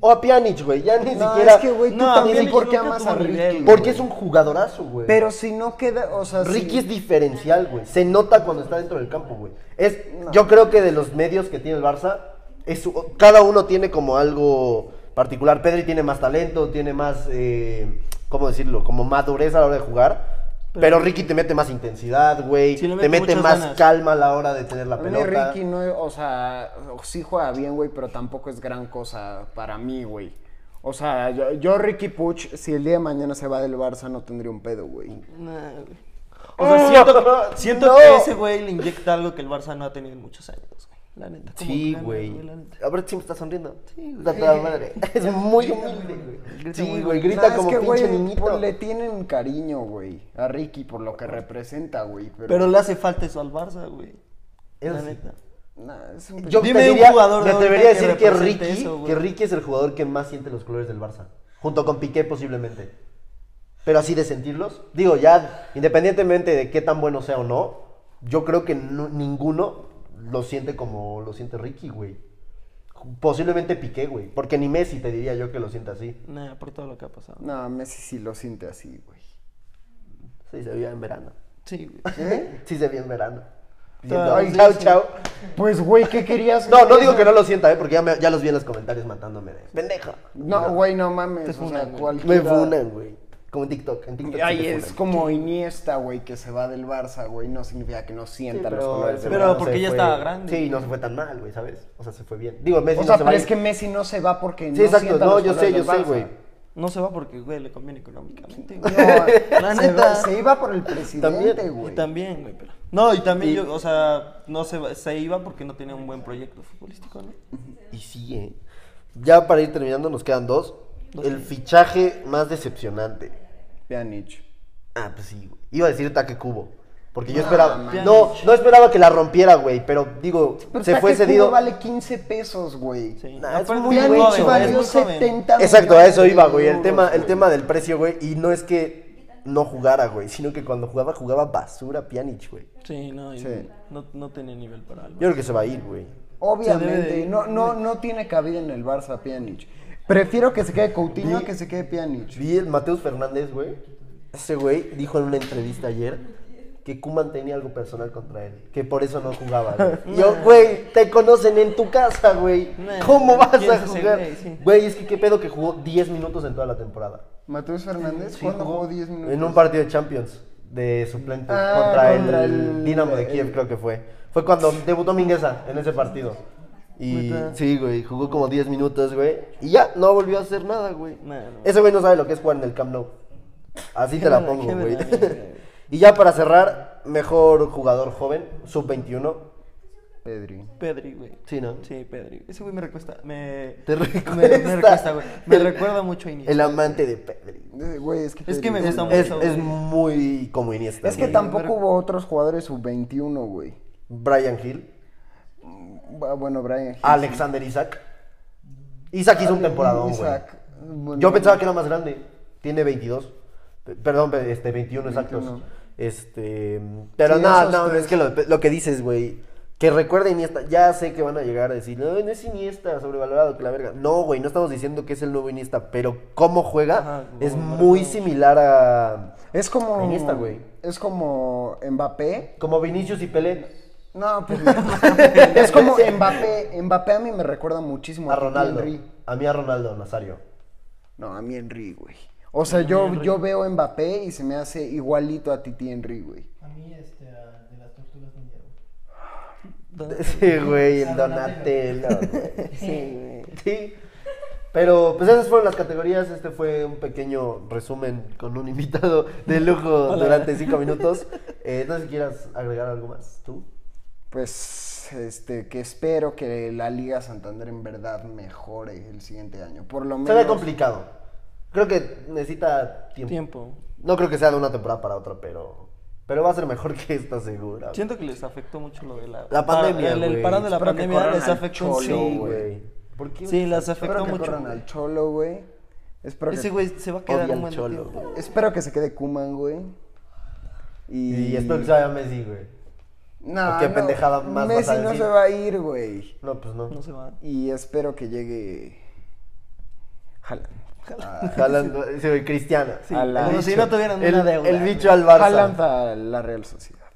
S2: O a Pjanic, güey. Ya ni
S4: No,
S2: siquiera.
S4: es que, güey, tú
S11: No,
S4: también,
S11: Pjanic
S4: ¿por qué
S11: nunca
S4: amas
S11: tuvo
S4: a Ricky?
S11: nivel, güey.
S2: porque es un jugadorazo, güey.
S4: Pero si no queda, o sea, si-
S2: Ricky es diferencial, güey. Se nota cuando está dentro del campo, güey. Es, Yo creo que de los medios que tiene el Barça, es, su- cada uno tiene como algo particular. Pedri tiene más talento, tiene más, eh, ¿cómo decirlo? Como madurez a la hora de jugar. Pero Ricky te mete más intensidad, güey.
S11: Sí, le
S2: te
S11: mete
S2: mete
S11: muchas
S2: más
S11: ganas.
S2: calma a la hora de tener la
S4: A mí
S2: pelota.
S4: Ricky no, o sea, sí juega bien, güey, pero tampoco es gran cosa para mí, güey. O sea, yo, yo Ricky Puch, si el día de mañana se va del Barça, no tendría un pedo, güey.
S11: Nah, güey. O sea, siento, siento
S2: No.
S11: que ese güey le inyecta algo que el Barça no ha tenido en muchos años, güey. La neta. como
S2: Sí,
S11: ganas,
S2: güey.
S11: la neta.
S2: A ver si me está sonriendo. Sí, madre. Es muy humilde, güey. Sí, güey. Grita
S4: No,
S2: como
S4: es que,
S2: pinche
S4: güey,
S2: niñito.
S4: pues, le tienen cariño, güey, a Ricky por lo que representa, güey. Pero,
S11: Pero le hace falta eso al Barça, güey.
S2: Eso
S11: La
S2: sí.
S11: neta.
S4: Nah, es un
S2: Yo
S11: Dime
S2: te
S11: un
S2: diría-
S11: jugador de
S2: me atrevería a
S11: ahorita que
S2: decir que,
S11: represente
S2: Ricky,
S11: eso, güey.
S2: que Ricky es el jugador que más siente los colores del Barça. Junto con Piqué posiblemente. Pero así de sentirlos, digo, ya independientemente de qué tan bueno sea o no, yo creo que no- ninguno lo siente como lo siente Ricky, güey. Posiblemente Piqué, güey. Porque ni Messi te diría yo que lo siente así.
S11: Nah, por todo lo que ha pasado.
S4: No, Messi sí lo siente así, güey.
S2: Sí, se veía en verano.
S11: Sí, güey. ¿Eh?
S2: Sí, se veía en verano. Diciendo,
S4: Ay, sí,
S2: chao,
S4: sí.
S2: chao.
S4: Pues, güey, ¿qué querías?
S2: No, no digo que no lo sienta, ¿eh? Porque ya, me- ya los vi en los comentarios matándome de... Pendejo.
S4: No, güey, no mames. o sea,
S2: Me
S4: cualquiera-
S2: funan, güey. Como en TikTok. En TikTok. sí
S4: Ay,
S2: te
S4: es
S2: funan.
S4: como Iniesta, güey, que se va del Barça, güey. No significa que no sienta los colores del
S11: pero
S4: Barça.
S11: porque
S2: se
S11: ya
S2: fue-
S11: estaba grande.
S2: Sí, no se fue tan mal, güey, ¿sabes? O sea, se fue bien. Digo, Messi
S4: O sea,
S2: no se
S4: pero
S2: va
S4: es
S2: a
S4: que
S2: ir-
S4: Messi no se va porque
S2: Sí,
S4: no
S2: exacto.
S4: sienta
S2: No,
S4: los
S2: yo sé,
S4: colores
S2: yo
S4: del
S2: sé,
S4: Barça.
S2: güey.
S11: No se va porque, güey, le conviene económicamente, güey.
S4: No,
S11: La
S4: se
S11: neta.
S4: va- Se, iba por el presidente,
S2: También,
S4: güey.
S11: Y también, güey, pero... No, y también yo, o sea, no se, va- se iba porque no tenía un buen proyecto futbolístico, ¿no?
S2: Y sí, ¿eh? Ya para ir terminando, nos quedan dos.
S11: Dos.
S2: El fichaje más decepcionante.
S4: Pjanic.
S2: Ah, pues sí, güey. Iba a decir Taque Cubo. Porque yo esperaba.
S11: man.
S2: No, no esperaba que la rompiera, güey. Pero digo,
S4: Pero
S2: se
S4: está
S2: fue
S4: que Cubo
S2: cedido.
S4: vale 15 pesos, güey.
S11: Sí.
S2: Nah, es
S11: Aparte,
S2: muy
S11: es
S4: Pjanic
S2: joven, güey,
S11: es
S4: valió
S11: muy joven.
S4: 70
S2: Exacto, a eso
S4: millones
S2: iba,
S4: de
S2: güey. El
S4: euros,
S2: tema, el
S4: güey.
S2: tema del precio, güey. Y no es que no jugara, güey. Sino que cuando jugaba, jugaba basura Pjanic, güey.
S11: Sí, no, y
S4: Sí.
S11: No, no tenía nivel para algo.
S2: Yo creo que se va a ir, güey.
S4: Obviamente,
S11: Se debe de ir.
S4: no, no, no tiene cabida en el Barça Pjanic. Prefiero que se quede Coutinho a que se quede Pjanic.
S2: Vi el Mateus Fernández, güey. Ese güey dijo en una entrevista ayer que Kuman tenía algo personal contra él. Que por eso no jugaba, güey. Yo, güey, te conocen en tu casa, güey.
S11: Nah,
S2: ¿Cómo vas
S11: ¿quién
S2: a
S11: es ese
S2: jugar?
S11: güey? Sí.
S2: Güey, es que qué pedo que jugó 10 minutos en toda la temporada.
S4: Mateus Fernández,
S2: Sí,
S4: ¿cuándo jugó 10 minutos?
S2: En un partido de Champions de suplente
S4: Ah,
S2: contra,
S4: contra
S2: el,
S4: el-
S2: Dinamo de Kiev,
S4: el-
S2: creo que fue. Fue cuando debutó Mingueza en ese partido. Y sí, güey, jugó como 10 minutos, güey. Y ya, no volvió a hacer nada, güey.
S11: Nah, no.
S2: Ese güey no sabe lo que es jugar en el Camp Nou. Así te la
S11: verdad,
S2: pongo,
S11: qué
S2: güey.
S11: verdad, güey.
S2: y ya para cerrar, mejor jugador joven, sub-21.
S4: Pedri.
S11: Pedri, güey.
S2: Sí, ¿no?
S11: Sí, Pedri. Ese güey me recuesta. Me...
S2: Te
S11: me-
S2: recuesta.
S11: Me, recuesta, güey. Me recuerda mucho a Iniesta.
S2: El amante de Pedri.
S4: Eh, Güey, es que,
S11: Es que
S4: Pedri-
S11: me gusta mucho.
S2: Es,
S11: güey.
S2: es muy como Iniesta.
S4: Es que
S2: güey.
S4: tampoco hubo otros jugadores sub-21, güey.
S2: Brian Hill.
S4: Ah, Bueno, Brian. Hill.
S2: Alexander Isaac. Isaac hizo un temporadón, güey.
S4: Isaac. Bueno,
S2: Yo pensaba que era más grande. Tiene 22. Pe- Perdón, pe- este, 21 exactos. Este, pero
S4: Sí,
S2: nada,
S4: esos
S2: no,
S4: tres.
S2: es que lo, lo que dices, güey, Que recuerda Iniesta, ya sé que van a llegar a decir, no, no es Iniesta, sobrevalorado, que la verga. No, güey, no estamos diciendo que es el nuevo Iniesta, pero cómo juega
S11: Ajá,
S2: es
S11: como
S2: muy
S11: Marcos.
S2: similar a...
S4: Es como.
S2: En esta, güey.
S4: Es como Mbappé.
S2: Como Vinicius y Pelé.
S4: No, pues. es como Mbappé. Mbappé a mí me recuerda muchísimo
S2: A
S4: Titi
S2: Ronaldo.
S4: Henry.
S2: A mí a Ronaldo, Nazario.
S4: No, a mí Henry, güey. O sea, yo, yo veo a Mbappé y se me hace igualito a Titi Henry, güey.
S12: A mí, este, a- de las tortugas ninja, güey.
S2: Sí, güey, el
S12: A
S2: Donatello.
S12: Donatello.
S2: güey. Sí. Pero, pues esas fueron las categorías. Este fue un pequeño resumen con un invitado de lujo durante cinco minutos. Eh, no sé si quieras agregar algo más, tú.
S4: Pues, este, que espero que la Liga Santander en verdad mejore el siguiente año. Por lo
S2: Se ve
S4: menos.
S2: complicado. Creo que necesita tiempo.
S11: Tiempo.
S2: No creo que sea de una temporada para otra, pero. Pero va a ser mejor que esta, segura.
S11: Siento que les afectó mucho lo de la,
S2: La pandemia,
S11: El, el
S2: güey.
S11: parón de la
S4: Espero que
S11: pandemia
S4: corran
S11: les
S4: al
S11: afectó un
S4: Cholo,
S11: chingo.
S2: Sí, güey. ¿Por qué?
S11: Sí, las
S4: Espero
S11: afectó
S4: que
S11: mucho.
S4: corran
S11: güey.
S4: al Cholo, güey. Espero
S11: Ese
S4: que,
S11: güey se va a quedar
S2: Odia
S11: un
S2: al
S11: buen
S2: Cholo,
S11: tiempo.
S2: güey.
S4: espero que se quede Kuman, güey.
S2: Y,
S4: Y,
S2: espero que se vaya Messi, güey.
S4: No,
S2: ¿O qué
S4: no,
S2: pendejada más vas a
S4: Messi no
S2: decir?
S4: se va a ir, güey.
S2: No, pues no.
S11: No se va.
S4: Y espero que llegue. Haaland.
S2: Ah, Haaland, ese güey, Cristiano.
S4: Sí, A la-
S11: Como si no tuvieran
S2: el,
S11: una deuda.
S2: El bicho al Barça.
S4: Haaland a la Real Sociedad.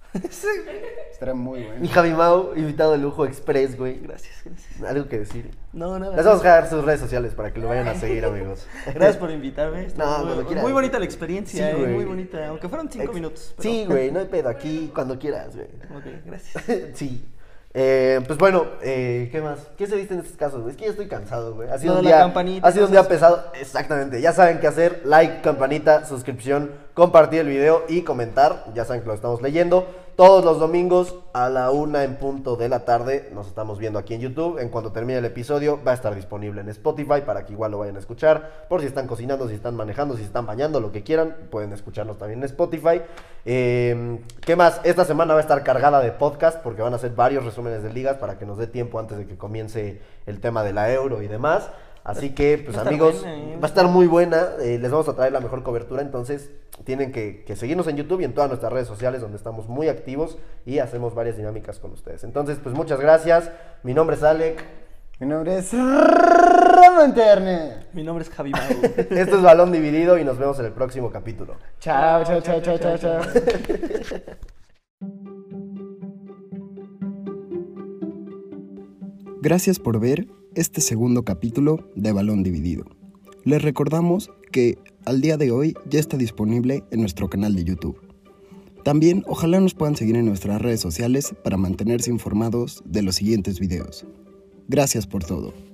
S4: Estará muy
S2: Y
S4: bueno.
S2: Javi Mau, invitado de lujo express, güey.
S11: Gracias, gracias.
S2: Algo que decir.
S11: No, nada.
S2: Les vamos a dejar sus redes sociales para que lo vayan a seguir, amigos.
S11: Gracias por invitarme. Estuvo
S2: No, cuando
S11: muy,
S2: quieras.
S11: muy bonita la experiencia,
S2: Sí,
S11: eh,
S2: güey.
S11: muy bonita. Aunque fueron cinco
S2: Ex-
S11: minutos. pero-
S2: Sí, güey, no hay pedo. Aquí, cuando quieras, güey.
S11: Ok, gracias.
S2: sí. Eh, pues bueno, eh, ¿qué más? ¿Qué se viste en estos casos? güey? Es que ya estoy cansado, güey. Ha sido
S11: Lo
S2: un
S11: de la
S2: día,
S11: campanita,
S2: ha sido un día pesado. Exactamente. Ya saben qué hacer. Like, campanita, suscripción, compartir el video y comentar. Ya saben que lo estamos leyendo. Todos los domingos a la una en punto de la tarde nos estamos viendo aquí en YouTube. En cuanto termine el episodio va a estar disponible en Spotify para que igual lo vayan a escuchar. Por si están cocinando, si están manejando, si están bañando, lo que quieran, pueden escucharnos también en Spotify. Eh, ¿Qué más? Esta semana va a estar cargada de podcast porque van a hacer varios resúmenes de ligas para que nos dé tiempo antes de que comience el tema de la Euro y demás. Así que, pues
S11: Va a estar
S2: amigos,
S11: buena, eh.
S2: va a estar muy buena. eh, les vamos a traer la mejor cobertura. Entonces, tienen que, que seguirnos en YouTube y en todas nuestras redes sociales donde estamos muy activos y hacemos varias dinámicas con ustedes. Entonces, pues muchas gracias. Mi nombre es Alec.
S4: Mi nombre es Ramón Internet.
S11: Mi nombre es Javi Mago.
S2: Esto es Balón Dividido y nos vemos en el próximo capítulo.
S4: Chao, chao, chao, chao, chao, chao.
S1: Gracias por ver este segundo capítulo de Balón Dividido. Les recordamos que al día de hoy ya está disponible en nuestro canal de YouTube. También ojalá nos puedan seguir en nuestras redes sociales para mantenerse informados de los siguientes videos. Gracias por todo.